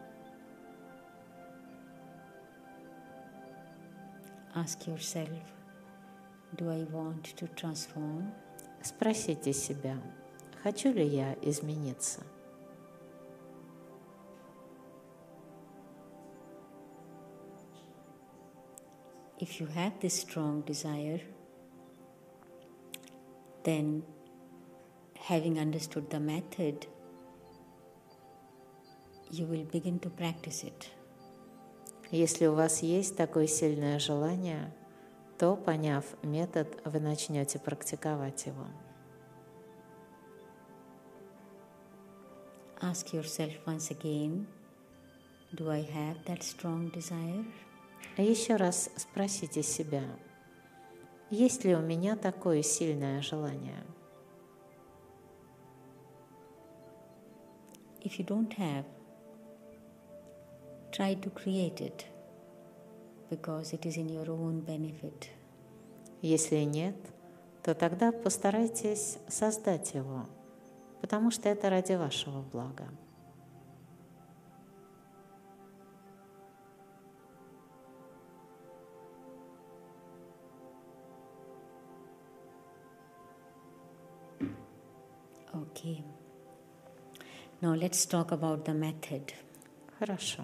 Speaker 2: Ask yourself, do I want to transform?
Speaker 1: Спросите себя, хочу ли я измениться?
Speaker 2: If you have this strong desire, then having understood the method, you will begin to practice it.
Speaker 1: Если у вас есть такое сильное желание, то, поняв метод, вы начнете практиковать его.
Speaker 2: Ask yourself once again, do I have that strong desire?
Speaker 1: А Еще раз спросите себя, есть ли у меня такое сильное желание?
Speaker 2: If you don't have, try to create it because it is in your own benefit.
Speaker 1: Если нет, то тогда постарайтесь создать его, потому что это ради вашего блага.
Speaker 2: Okay. Now let's talk about the method.
Speaker 1: Хорошо.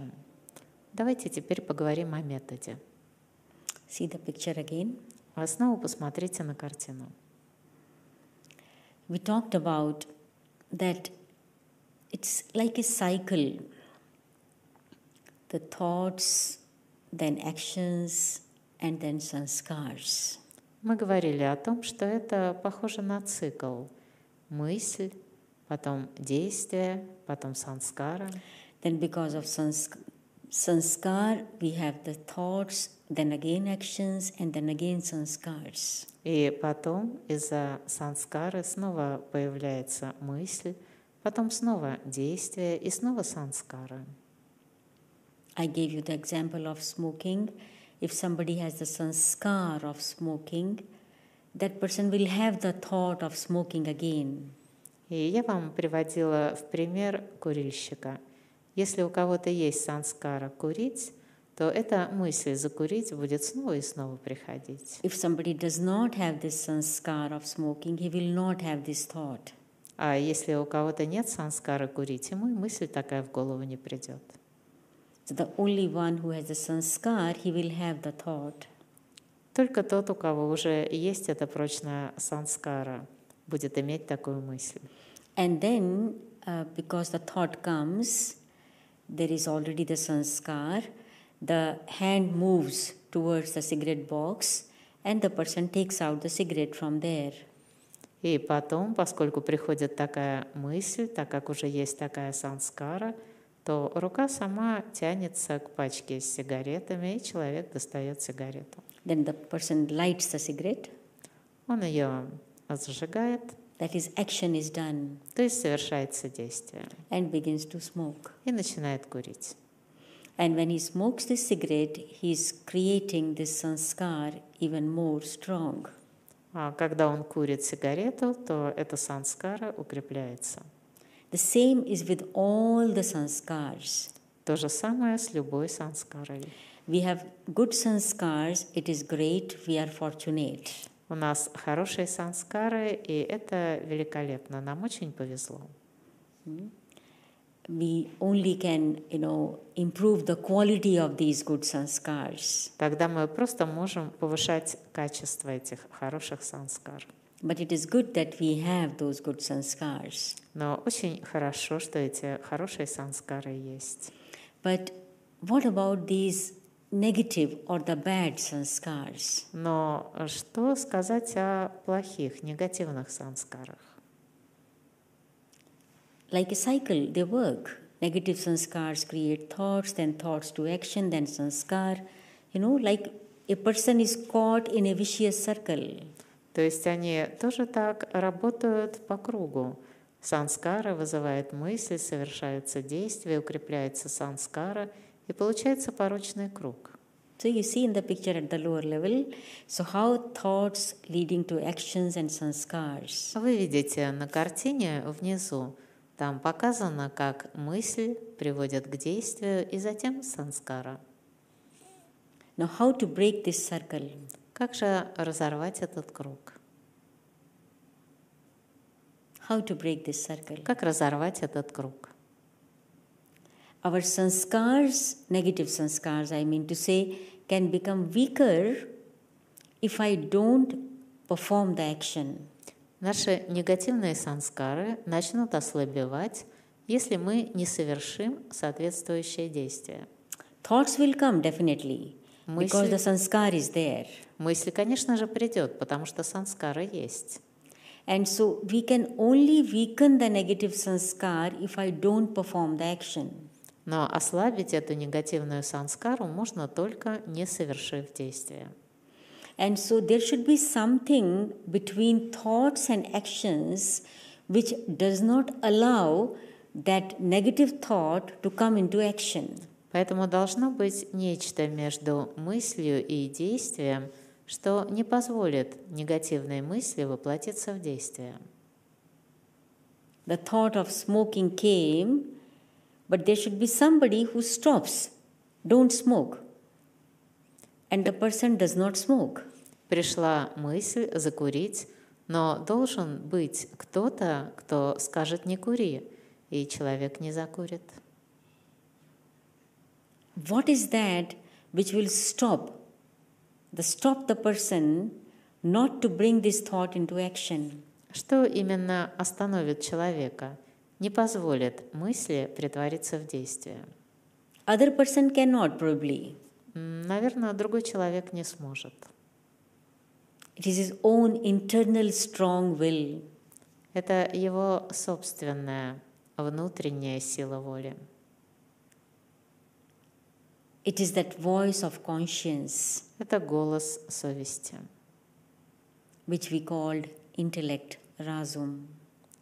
Speaker 1: Давайте теперь поговорим о методе.
Speaker 2: See the picture again.
Speaker 1: Вы снова посмотрите на картину.
Speaker 2: We talked about that it's like a cycle the thoughts, then actions, and then sanskars.
Speaker 1: Мы говорили о том, что это похоже на цикл. Мысль, потом действие, потом санскара.
Speaker 2: Then, because of sansk- sanskar, we have the thoughts, then again actions, and then again sanskars.
Speaker 1: И потом из-за санскары снова появляется мысль, потом снова действие и снова санскара.
Speaker 2: I gave you the example of smoking. If somebody has the sanskar of smoking, that person will have the thought of smoking again.
Speaker 1: И я вам приводила в пример курильщика. Если у кого-то есть санскара курить, то эта мысль закурить будет снова и снова приходить.
Speaker 2: If somebody does not have this sanskar of smoking, he will not have this thought.
Speaker 1: А если у кого-то нет санскары курить, ему и мысль такая в голову не придет.
Speaker 2: So the only one who has the sanskar, he will have the thought.
Speaker 1: Только тот, у кого уже есть эта прочная санскара, будет иметь такую мысль.
Speaker 2: And then, uh, because the thought comes, there is already the sanskar, the hand moves towards the cigarette box, and the person takes out the cigarette from there.
Speaker 1: И потом, поскольку приходит такая мысль, так как уже есть такая санскара, то рука сама тянется к пачке с сигаретами, и человек достает сигарету.
Speaker 2: Then the person lights the cigarette,
Speaker 1: Он ее зажигает,
Speaker 2: that is, action is done,
Speaker 1: то есть совершается действие,
Speaker 2: and begins to smoke.
Speaker 1: и начинает курить.
Speaker 2: And when he smokes this cigarette, he is creating this sanskar even more strong.
Speaker 1: А когда он курит сигарету, то эта санскара укрепляется.
Speaker 2: The same is with all the sanskars.
Speaker 1: То же самое с любой санскарой.
Speaker 2: We have good sanskars, it is great, we are fortunate.
Speaker 1: У нас хорошие санскары, и это великолепно. Нам очень повезло.
Speaker 2: we only can, you know, improve the quality of these good sanskars.
Speaker 1: Тогда мы просто можем повышать качество этих хороших санскар.
Speaker 2: But it is good that we have those good sanskars.
Speaker 1: Но очень хорошо, что эти хорошие санскары есть.
Speaker 2: But what about these negative or the bad sanskars?
Speaker 1: Но что сказать о плохих, негативных санскарах?
Speaker 2: Like a cycle, they work. Negative sanskars create thoughts, then thoughts to action, then sanskar. You know, like a person is caught in a vicious circle.
Speaker 1: То есть они тоже так работают по кругу. Санскара вызывает мысли, совершаются действия, укрепляется санскара, и получается порочный круг.
Speaker 2: So you see in the picture at the lower level, so how thoughts leading to actions and sanskars.
Speaker 1: Вы видите на картине внизу, там показано, как мысль приводит к действию и затем санскара.
Speaker 2: Now how to break this circle?
Speaker 1: Как же разорвать этот круг?
Speaker 2: How to break this circle?
Speaker 1: Как разорвать этот круг?
Speaker 2: Our sanskars, negative sanskars, I mean to say, can become weaker if I don't perform the action.
Speaker 1: Наши негативные санскары начнут ослабевать, если мы не совершим соответствующее действие.
Speaker 2: Thoughts will come definitely because
Speaker 1: Мысли-
Speaker 2: the sanskar is there.
Speaker 1: Мысль, конечно же, придет, потому что санскара есть.
Speaker 2: And so we can only weaken the negative sanskar if I don't perform the action.
Speaker 1: Но ослабить эту негативную санскару можно только не совершив действия.
Speaker 2: And so there should be something between thoughts and actions which does not allow that negative thought to come into action.
Speaker 1: Поэтому должно быть нечто между мыслью и действием, что не позволит негативной мысли воплотиться в действие.
Speaker 2: The thought of smoking came, but there should be somebody who stops, don't smoke. And the person does not smoke.
Speaker 1: Пришла мысль закурить, но должен быть кто-то, кто скажет «не кури», и человек не закурит.
Speaker 2: What is that which will stop the stop the person not to bring this thought into action?
Speaker 1: Что именно остановит человека, не позволит мысли притвориться в действие?
Speaker 2: Other person cannot probably.
Speaker 1: М, Наверное, другой человек не сможет.
Speaker 2: It is his own internal strong will.
Speaker 1: Это его собственная внутренняя сила воли.
Speaker 2: It is that voice of conscience
Speaker 1: Это голос совести.
Speaker 2: which we called intellect, razum,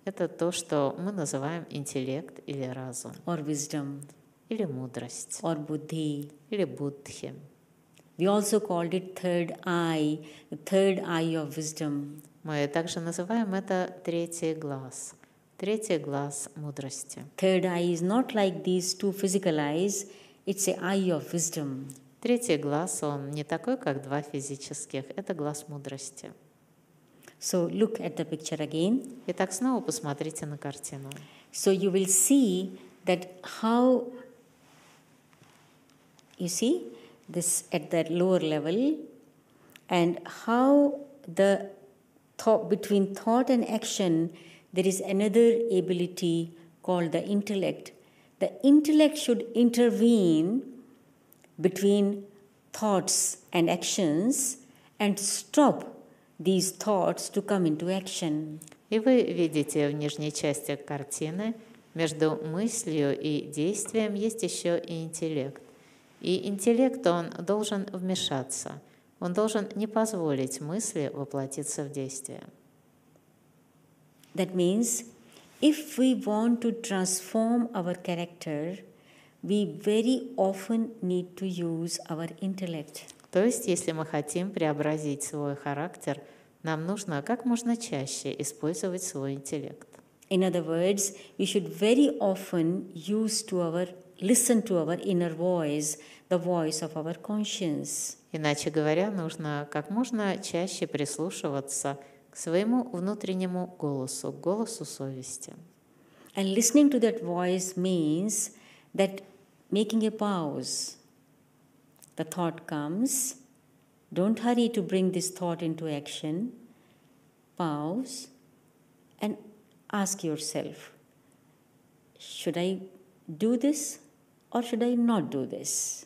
Speaker 1: Это то, что мы называем интеллект или разум,
Speaker 2: or wisdom,
Speaker 1: или мудрость,
Speaker 2: or buddhi.
Speaker 1: или будхи.
Speaker 2: We also called it third eye, the third eye of wisdom.
Speaker 1: Мы также называем это третий глаз, третий глаз мудрости.
Speaker 2: Third eye is not like these two physical eyes, it's a eye of wisdom.
Speaker 1: Третий глаз, он не такой, как два физических, это глаз мудрости.
Speaker 2: So look at the picture again.
Speaker 1: Итак, снова посмотрите на картину.
Speaker 2: So you will see that how you see this at that lower level and how the thought between thought and action there is another ability called the intellect. The intellect should intervene between thoughts and actions and stop these thoughts to come into action.
Speaker 1: И вы видите в нижней части картины, между мыслью и действием есть еще и интеллект. И интеллект, он должен вмешаться, он должен не позволить мысли воплотиться в действие.
Speaker 2: That means if we want to transform our character, we very often need to use our intellect.
Speaker 1: То есть, если мы хотим преобразить свой характер, нам нужно как можно чаще использовать свой интеллект.
Speaker 2: In other words, we should very often use to our listen to our inner voice, the voice of our conscience.
Speaker 1: Иначе говоря, нужно как можно чаще прислушиваться к своему внутреннему голосу, к голосу совести.
Speaker 2: And listening to that voice means that making a pause. The thought comes, don't hurry to bring this thought into action. Pause and ask yourself should I do this or should I not do this?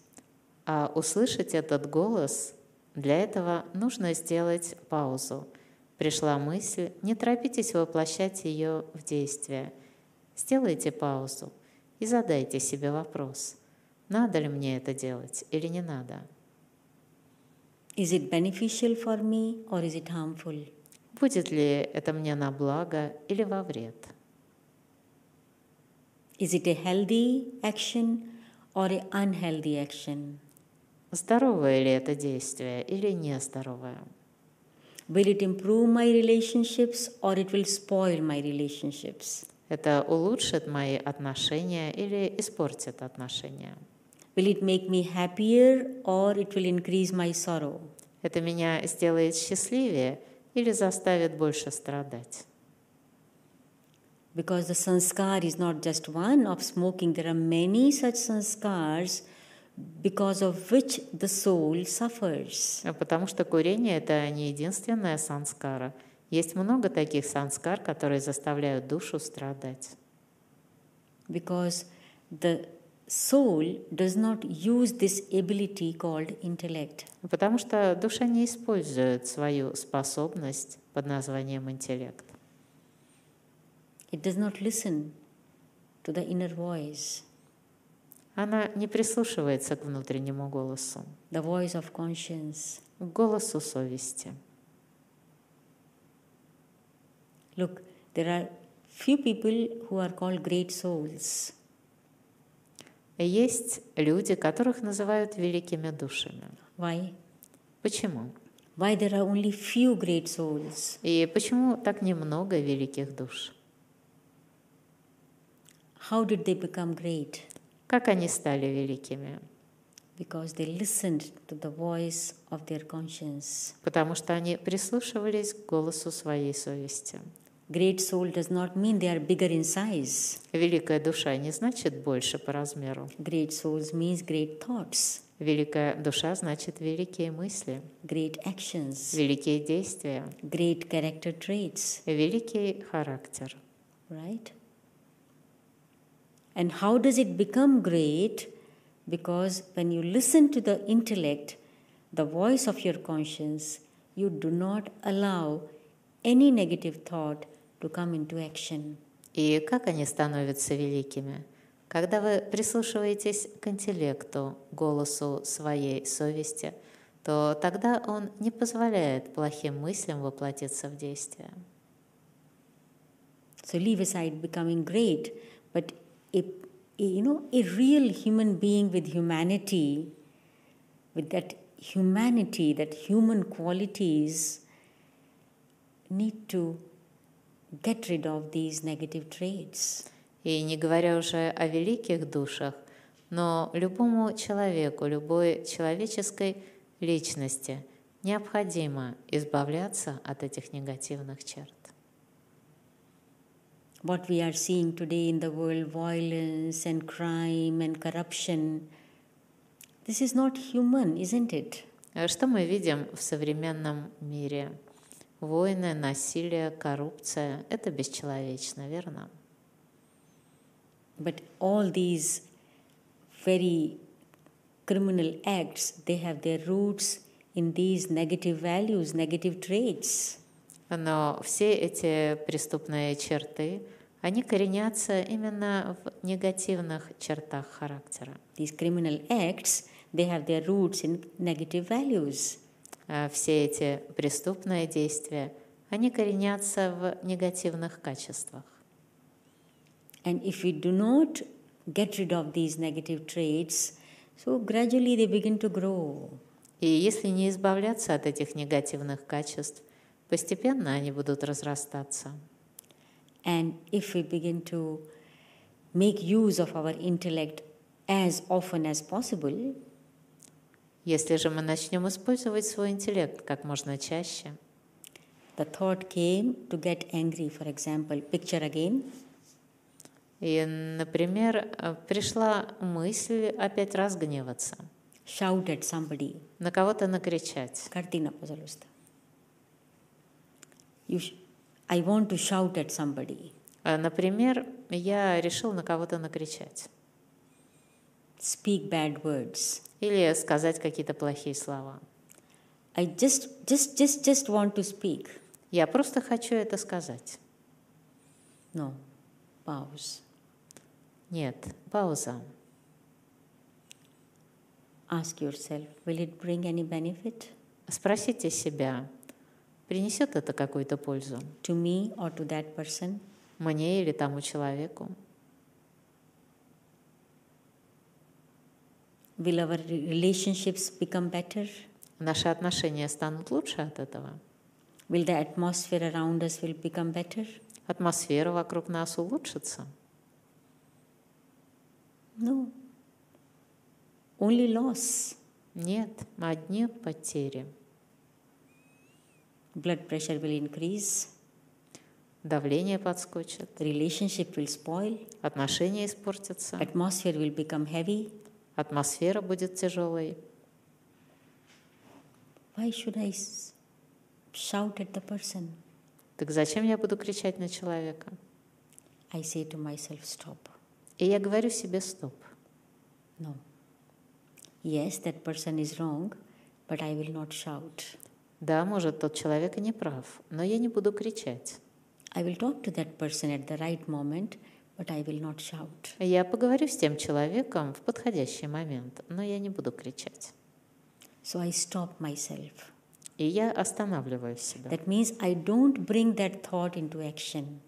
Speaker 1: А услышать этот голос, для этого нужно сделать паузу. Пришла мысль, не торопитесь воплощать ее в действие. Сделайте паузу и задайте себе вопрос, надо ли мне это делать или не надо.
Speaker 2: Is it beneficial for me or is it harmful?
Speaker 1: Будет ли это мне на благо или во вред?
Speaker 2: Is it a healthy action or an unhealthy action?
Speaker 1: Здоровое ли это действие или нездоровое?
Speaker 2: Will it improve my relationships or it will spoil my relationships?
Speaker 1: Это улучшит мои отношения или испортит отношения?
Speaker 2: Will it make me happier or it will increase my sorrow?
Speaker 1: Это меня сделает счастливее или заставит больше страдать?
Speaker 2: Because the sanskar is not just one of smoking, there are many such sanskars because of which the soul suffers.
Speaker 1: А Потому что курение – это не единственная санскара. Есть много таких санскар, которые заставляют душу страдать.
Speaker 2: Because the soul does not use this ability called intellect.
Speaker 1: А Потому что душа не использует свою способность под названием интеллект.
Speaker 2: It does not listen to the inner voice,
Speaker 1: Она не прислушивается к внутреннему голосу,
Speaker 2: the voice of conscience.
Speaker 1: к голосу совести.
Speaker 2: Look, there are few people who are called great souls.
Speaker 1: Есть люди, которых называют великими душами.
Speaker 2: Why?
Speaker 1: Почему?
Speaker 2: Why there are only few great souls?
Speaker 1: И почему так немного великих душ?
Speaker 2: How did they become great?
Speaker 1: Как они стали великими?
Speaker 2: Because they listened to the voice of their conscience.
Speaker 1: Потому что они прислушивались к голосу своей совести.
Speaker 2: Great soul does not mean they are bigger in size.
Speaker 1: Великая душа не значит больше по размеру.
Speaker 2: Great souls means great thoughts,
Speaker 1: Великая душа значит великие мысли,
Speaker 2: great actions,
Speaker 1: великие действия,
Speaker 2: great character traits,
Speaker 1: великий характер.
Speaker 2: right? And how does it become great? Because when you listen to the intellect, the voice of your conscience, you do not allow any negative thought to come into action.
Speaker 1: И как они становятся великими? Когда вы прислушиваетесь к интеллекту, голосу своей совести, то тогда он не позволяет плохим мыслям воплотиться в действие.
Speaker 2: So leave aside becoming great, but a, a, you know a real human being with humanity, with that humanity, that human qualities, need to get rid of these negative traits.
Speaker 1: И не говоря уже о великих душах, но любому человеку, любой человеческой личности необходимо избавляться от этих негативных черт.
Speaker 2: What we are seeing today in the world, violence and crime and corruption, this is not human, isn't it?
Speaker 1: Э, Что мы видим в современном мире? Войны, насилие, коррупция – это бесчеловечно, верно?
Speaker 2: But all these very criminal acts, they have their roots in these negative values, negative traits.
Speaker 1: Но все эти преступные черты, они коренятся именно в негативных чертах характера.
Speaker 2: These criminal acts, they have their roots in negative values.
Speaker 1: А все эти преступные действия, они коренятся в негативных качествах.
Speaker 2: And if we do not get rid of these negative traits, so gradually they begin to grow.
Speaker 1: И если не избавляться от этих негативных качеств, постепенно они будут разрастаться.
Speaker 2: And if we begin to make use of our intellect as often as possible,
Speaker 1: Если же мы начнем использовать свой интеллект как можно чаще,
Speaker 2: The thought came to get angry, for example. Picture again.
Speaker 1: И, например, э, пришла мысль опять разгневаться,
Speaker 2: shout at somebody.
Speaker 1: на кого-то накричать.
Speaker 2: Картина, пожалуйста. You sh- I want to shout at somebody.
Speaker 1: Э, Например, я решил на кого-то накричать
Speaker 2: Speak bad words.
Speaker 1: или сказать какие-то плохие слова.
Speaker 2: I just, just, just, just want to speak.
Speaker 1: Я просто хочу это сказать.
Speaker 2: No. Pause.
Speaker 1: Нет, пауза.
Speaker 2: Ask yourself, will it bring any benefit
Speaker 1: Спросите себя, принесет это какую-то пользу
Speaker 2: to me or to that person?
Speaker 1: мне или тому человеку?
Speaker 2: Will our re- relationships become better?
Speaker 1: Наши отношения станут лучше от этого?
Speaker 2: Will the atmosphere around us will become better?
Speaker 1: Атмосфера вокруг нас улучшится?
Speaker 2: No. Only loss.
Speaker 1: Нет, одни потери.
Speaker 2: Blood pressure will increase.
Speaker 1: Давление подскочит,
Speaker 2: Relationship will spoil.
Speaker 1: отношения испортятся,
Speaker 2: Atmosphere will become heavy.
Speaker 1: атмосфера будет тяжелой.
Speaker 2: Why should I s- shout at the person?
Speaker 1: Так зачем я буду кричать на человека?
Speaker 2: I say to myself, stop.
Speaker 1: И я говорю себе «стоп».
Speaker 2: No. Yes, that person is wrong, but I will not shout.
Speaker 1: Да, может, тот человек и не прав, но я не буду кричать.
Speaker 2: I will talk to that person at the right moment, but I will not shout.
Speaker 1: Я поговорю с тем человеком в подходящий момент, но я не буду кричать.
Speaker 2: So I stop myself.
Speaker 1: И я останавливаю себя.
Speaker 2: That means I don't bring that thought into action.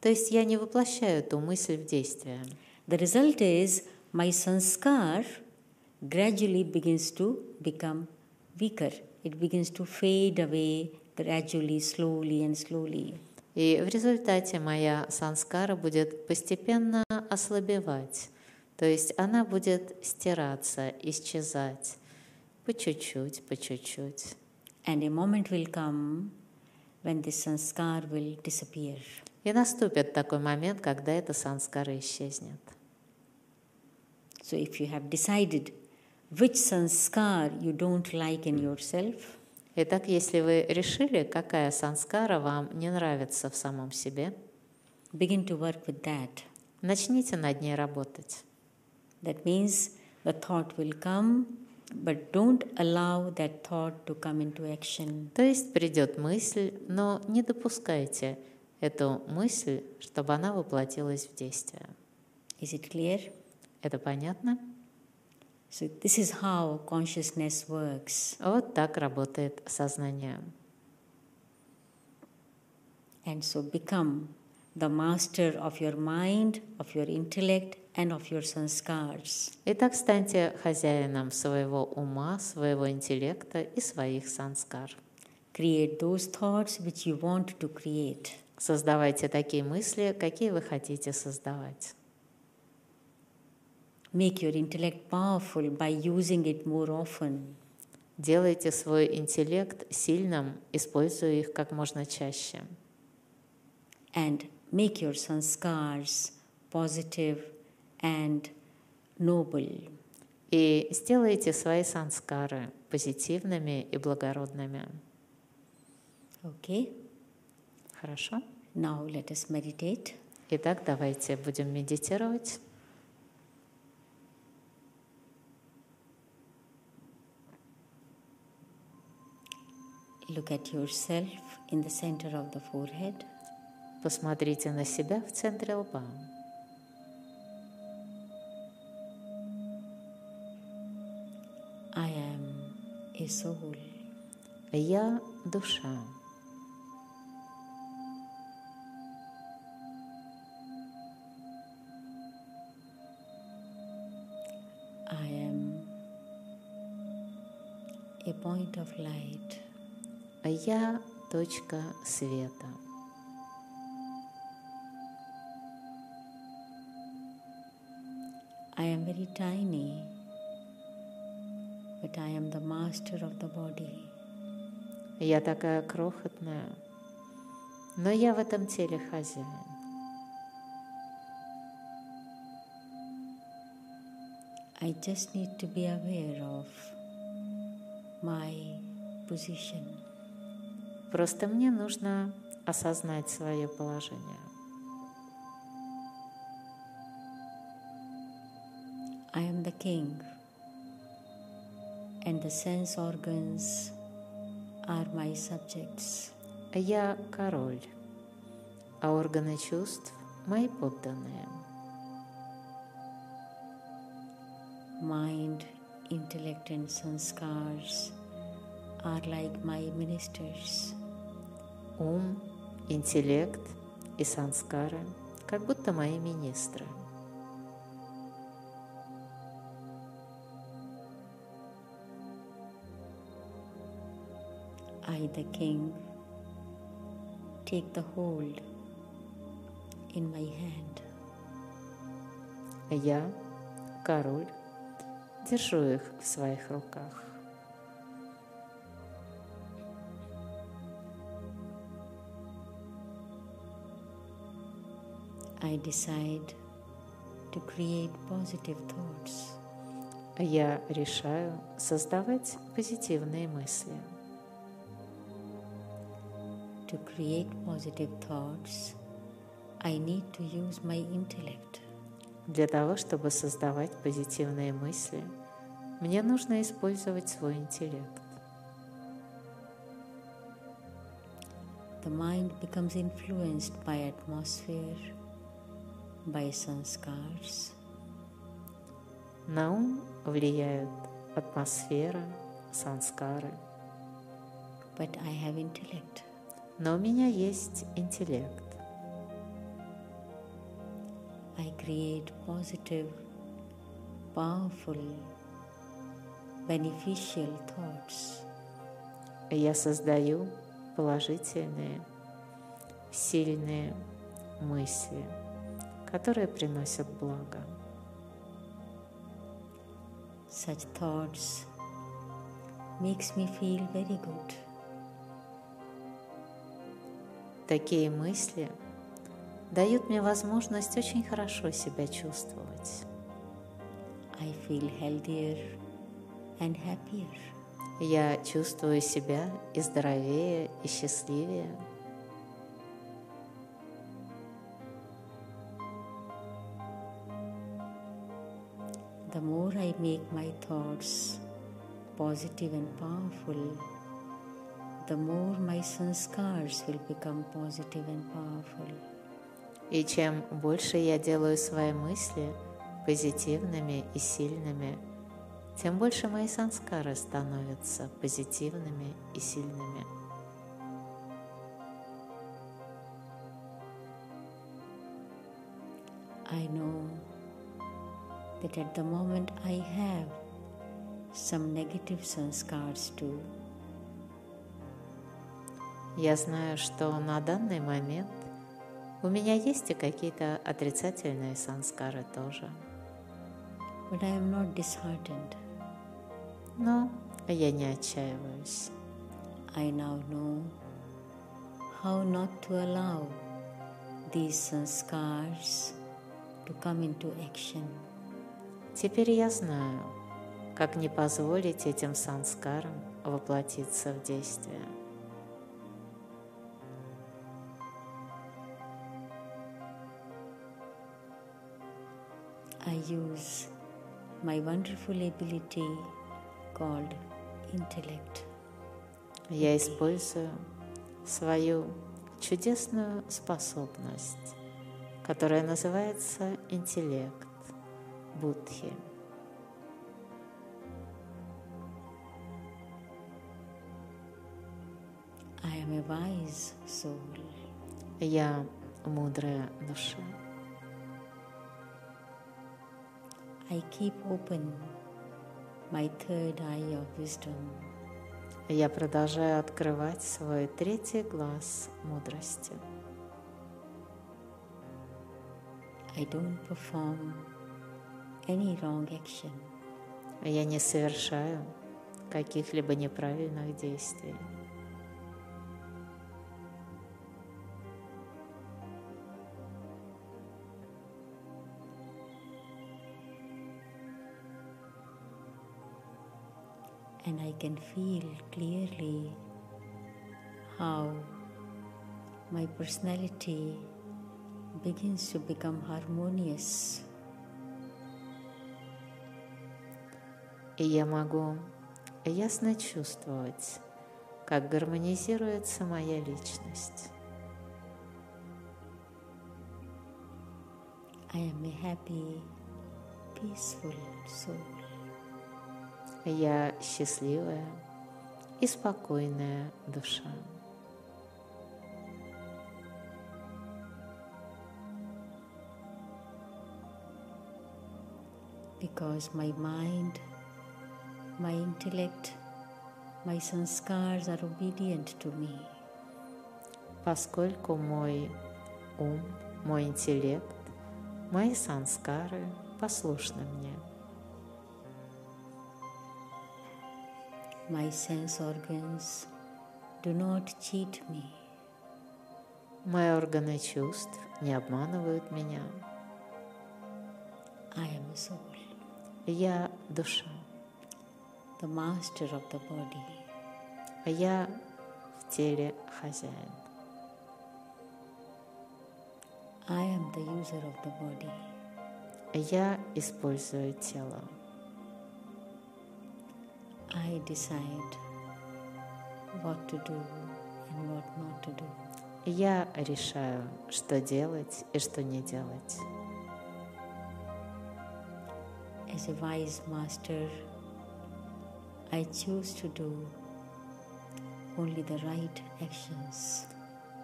Speaker 1: То есть я не воплощаю эту мысль в действие.
Speaker 2: The result is my sanskar gradually begins to become weaker. It begins to fade away gradually, slowly, and slowly.
Speaker 1: И в результате моя санскара будет постепенно ослабевать. То есть она будет стираться, исчезать. По чуть-чуть, по чуть-чуть.
Speaker 2: And a moment will come when this sanskar will disappear.
Speaker 1: И наступит такой момент, когда эта санскара исчезнет.
Speaker 2: So if you have decided which sanskar you don't like in yourself,
Speaker 1: Итак, если вы решили, какая санскара вам не нравится в самом себе,
Speaker 2: begin to work with that.
Speaker 1: начните над ней работать.
Speaker 2: That means the thought will come, but don't allow that thought to come into action.
Speaker 1: То есть придет мысль, но не допускайте эту мысль, чтобы она воплотилась в действие.
Speaker 2: Is it clear?
Speaker 1: Это понятно?
Speaker 2: So, this is how consciousness works.
Speaker 1: Вот так работает сознание.
Speaker 2: And so, become the master of your mind, of your intellect, and of your sanskars.
Speaker 1: Итак, станьте хозяином своего ума, своего интеллекта и своих санскар.
Speaker 2: Create those thoughts which you want to create.
Speaker 1: Создавайте такие мысли, какие вы хотите создавать.
Speaker 2: Make your intellect powerful by using it more often.
Speaker 1: Делайте свой интеллект сильным, используя их как можно чаще.
Speaker 2: And make your sanskars positive and noble.
Speaker 1: И сделайте свои санскары позитивными и благородными.
Speaker 2: Okay,
Speaker 1: Хорошо?
Speaker 2: now let us meditate.
Speaker 1: Итак, давайте будем медитировать.
Speaker 2: Look at yourself in the center of the forehead.
Speaker 1: Посмотрите на себя в центре лба.
Speaker 2: I am a soul.
Speaker 1: Я душа.
Speaker 2: I am a point of light.
Speaker 1: Я точка света.
Speaker 2: I am very tiny, but I am the master of the body.
Speaker 1: Я такая крохотная, но я в этом теле хозяин.
Speaker 2: I just need to be aware of my position.
Speaker 1: Просто мне нужно осознать свое положение.
Speaker 2: I am the king, and the sense organs are my subjects.
Speaker 1: Я король, а органы чувств – мои подданные.
Speaker 2: Mind, intellect, and sanskars are like my ministers.
Speaker 1: Ум, интеллект и санскары – как будто мои министры.
Speaker 2: I, the king, take the hold in my hand.
Speaker 1: Я, король, держу их в своих руках.
Speaker 2: I decide to create positive thoughts.
Speaker 1: Я решаю создавать позитивные мысли.
Speaker 2: To create positive thoughts, I need to use my intellect.
Speaker 1: Для того, чтобы создавать позитивные мысли, мне нужно использовать свой интеллект.
Speaker 2: The mind becomes influenced by atmosphere, by sanskars,
Speaker 1: На ум влияют атмосфера, санскары.
Speaker 2: but I have intellect.
Speaker 1: Но у меня есть интеллект.
Speaker 2: I create positive, powerful, beneficial thoughts.
Speaker 1: Я создаю положительные, сильные мысли, которые приносят благо.
Speaker 2: Such thoughts makes me feel very good.
Speaker 1: Такие мысли дают мне возможность очень хорошо себя чувствовать.
Speaker 2: I feel healthier and happier.
Speaker 1: Я чувствую себя и здоровее, и счастливее.
Speaker 2: The more I make my thoughts positive and powerful, the more my sanskars will become positive and powerful.
Speaker 1: И чем больше я делаю свои мысли позитивными и сильными, тем больше мои санскары становятся позитивными и сильными.
Speaker 2: I know that at the moment I have some negative sanskars too.
Speaker 1: Я знаю, что на данный момент у меня есть и какие-то отрицательные санскары тоже.
Speaker 2: But I am not disheartened.
Speaker 1: Но я не отчаиваюсь.
Speaker 2: I now know how not to allow these sanskars to come into action.
Speaker 1: Теперь я знаю, как не позволить этим санскарам воплотиться в действие.
Speaker 2: I use my wonderful ability called intellect.
Speaker 1: Я использую свою чудесную способность, которая называется интеллект Будхи.
Speaker 2: I am a wise soul.
Speaker 1: Я мудрая душа.
Speaker 2: I keep open my third eye of wisdom.
Speaker 1: Я продолжаю открывать свой третий глаз мудрости.
Speaker 2: I don't perform any wrong action.
Speaker 1: Я не совершаю каких-либо неправильных действий.
Speaker 2: and I can feel clearly how my personality begins to become harmonious.
Speaker 1: И я могу ясно чувствовать, как гармонизируется моя личность.
Speaker 2: I am a happy, peaceful soul.
Speaker 1: Я счастливая и спокойная душа.
Speaker 2: because my mind, my intellect, my sanskars are obedient to me.
Speaker 1: Поскольку мой ум, мой интеллект, мои санскары послушны мне.
Speaker 2: My sense organs do not cheat me.
Speaker 1: Мои органы чувств не обманывают меня.
Speaker 2: I am a soul,
Speaker 1: Я душа.
Speaker 2: the master of the body.
Speaker 1: Я в теле хозяин.
Speaker 2: I am the user of the body.
Speaker 1: Я использую тело.
Speaker 2: I decide what to do and what not to do.
Speaker 1: Я решаю, что делать и что не делать.
Speaker 2: As a wise master, I choose to do only the right actions.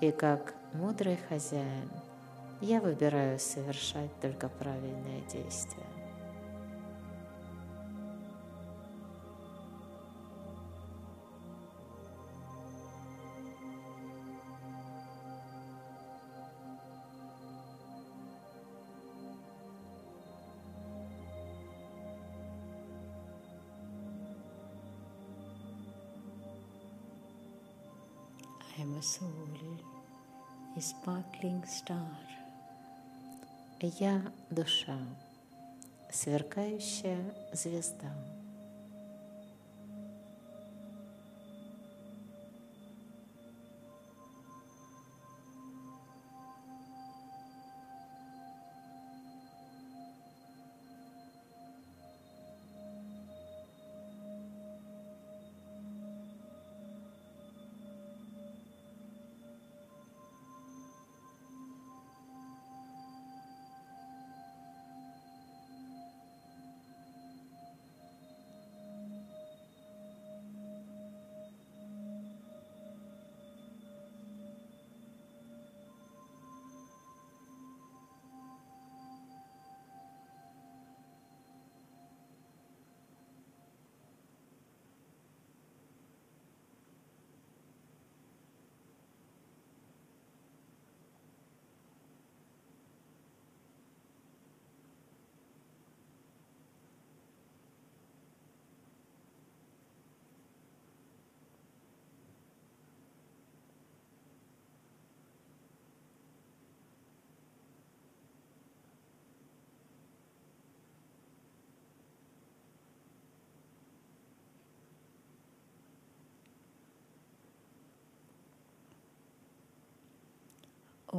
Speaker 1: И как мудрый хозяин, я выбираю совершать только правильные действия.
Speaker 2: I am a soul, a sparkling star.
Speaker 1: Я душа, сверкающая звезда.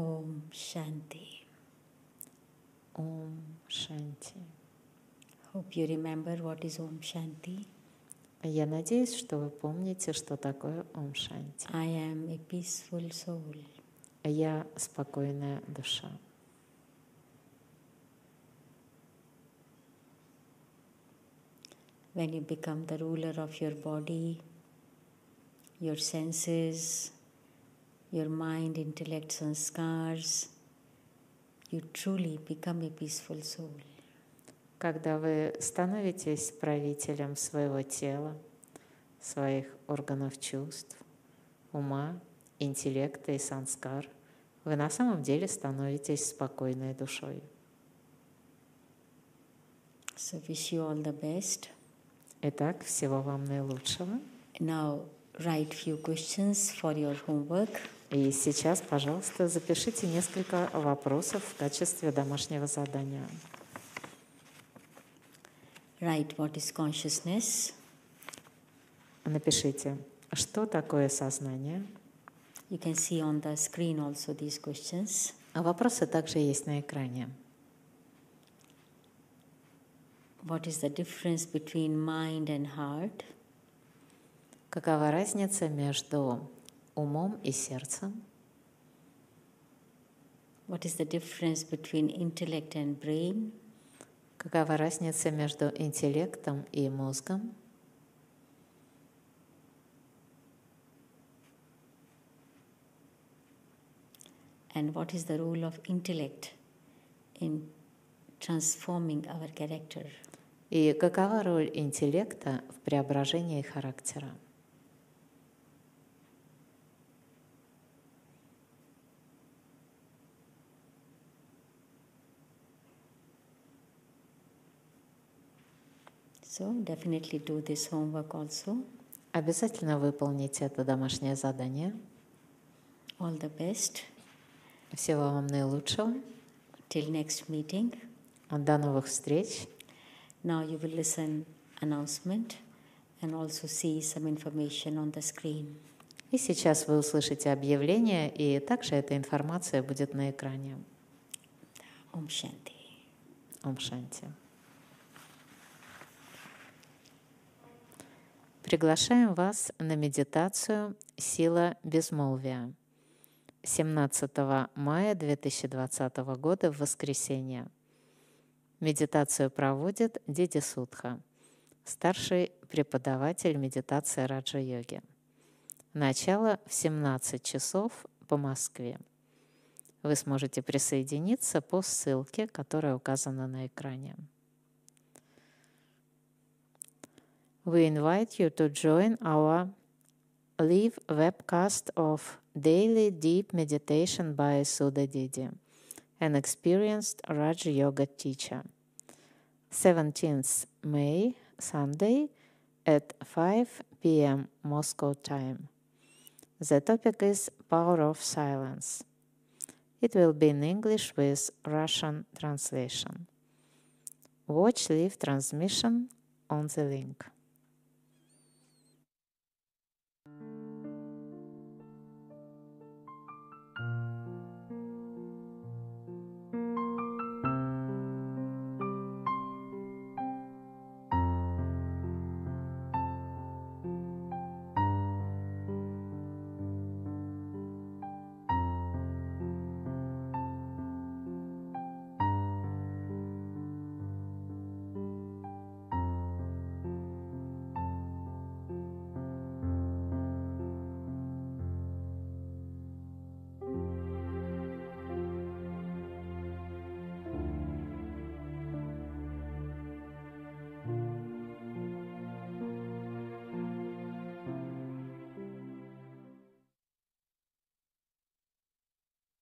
Speaker 2: Om Shanti.
Speaker 1: Ум Шанти.
Speaker 2: Hope you remember what is Om Shanti.
Speaker 1: Я надеюсь, что вы помните, что такое Ум Шанти.
Speaker 2: I am a peaceful soul.
Speaker 1: Я спокойная душа.
Speaker 2: When you become the ruler of your body, your senses, your mind, intellect, sanskars, you truly become a peaceful soul.
Speaker 1: Когда вы становитесь правителем своего тела, своих органов чувств, ума, интеллекта и санскар, вы на самом деле становитесь спокойной душой.
Speaker 2: So, wish you all the best.
Speaker 1: Итак, всего вам наилучшего.
Speaker 2: Now, write few questions for your homework.
Speaker 1: И сейчас, пожалуйста, запишите несколько вопросов в качестве домашнего задания.
Speaker 2: Write what is consciousness,
Speaker 1: Напишите, что такое сознание?
Speaker 2: You can see on the screen also these questions.
Speaker 1: А Вопросы также есть на экране.
Speaker 2: What is the difference between mind and heart?
Speaker 1: Какова разница между умом и сердцем?
Speaker 2: What is the difference between intellect and brain?
Speaker 1: Какова разница между интеллектом и мозгом?
Speaker 2: And what is the role of intellect in transforming our character?
Speaker 1: И какова роль интеллекта в преображении характера?
Speaker 2: So, definitely do this homework also.
Speaker 1: Обязательно выполните это домашнее задание.
Speaker 2: All the best.
Speaker 1: Всего вам наилучшего.
Speaker 2: Till next meeting.
Speaker 1: До новых встреч.
Speaker 2: Now you will listen announcement and also see some information on the screen.
Speaker 1: И сейчас вы услышите объявление, и также эта информация будет на экране.
Speaker 2: Om Shanti.
Speaker 1: Ом Шанти. Приглашаем вас на медитацию «Сила безмолвия» 17 мая 2020 года в воскресенье. Медитацию проводит Диди Судха, старший преподаватель медитации Раджа-йоги. Начало в 17 часов по Москве. Вы сможете присоединиться по ссылке, которая указана на экране. We invite you to join our live webcast of Daily Deep Meditation by Sudha Didi, an experienced Raja Yoga teacher. 17th May, Sunday at 5 p.m. Moscow time. The topic is Power of Silence. It will be in English with Russian translation. Watch live transmission on the link.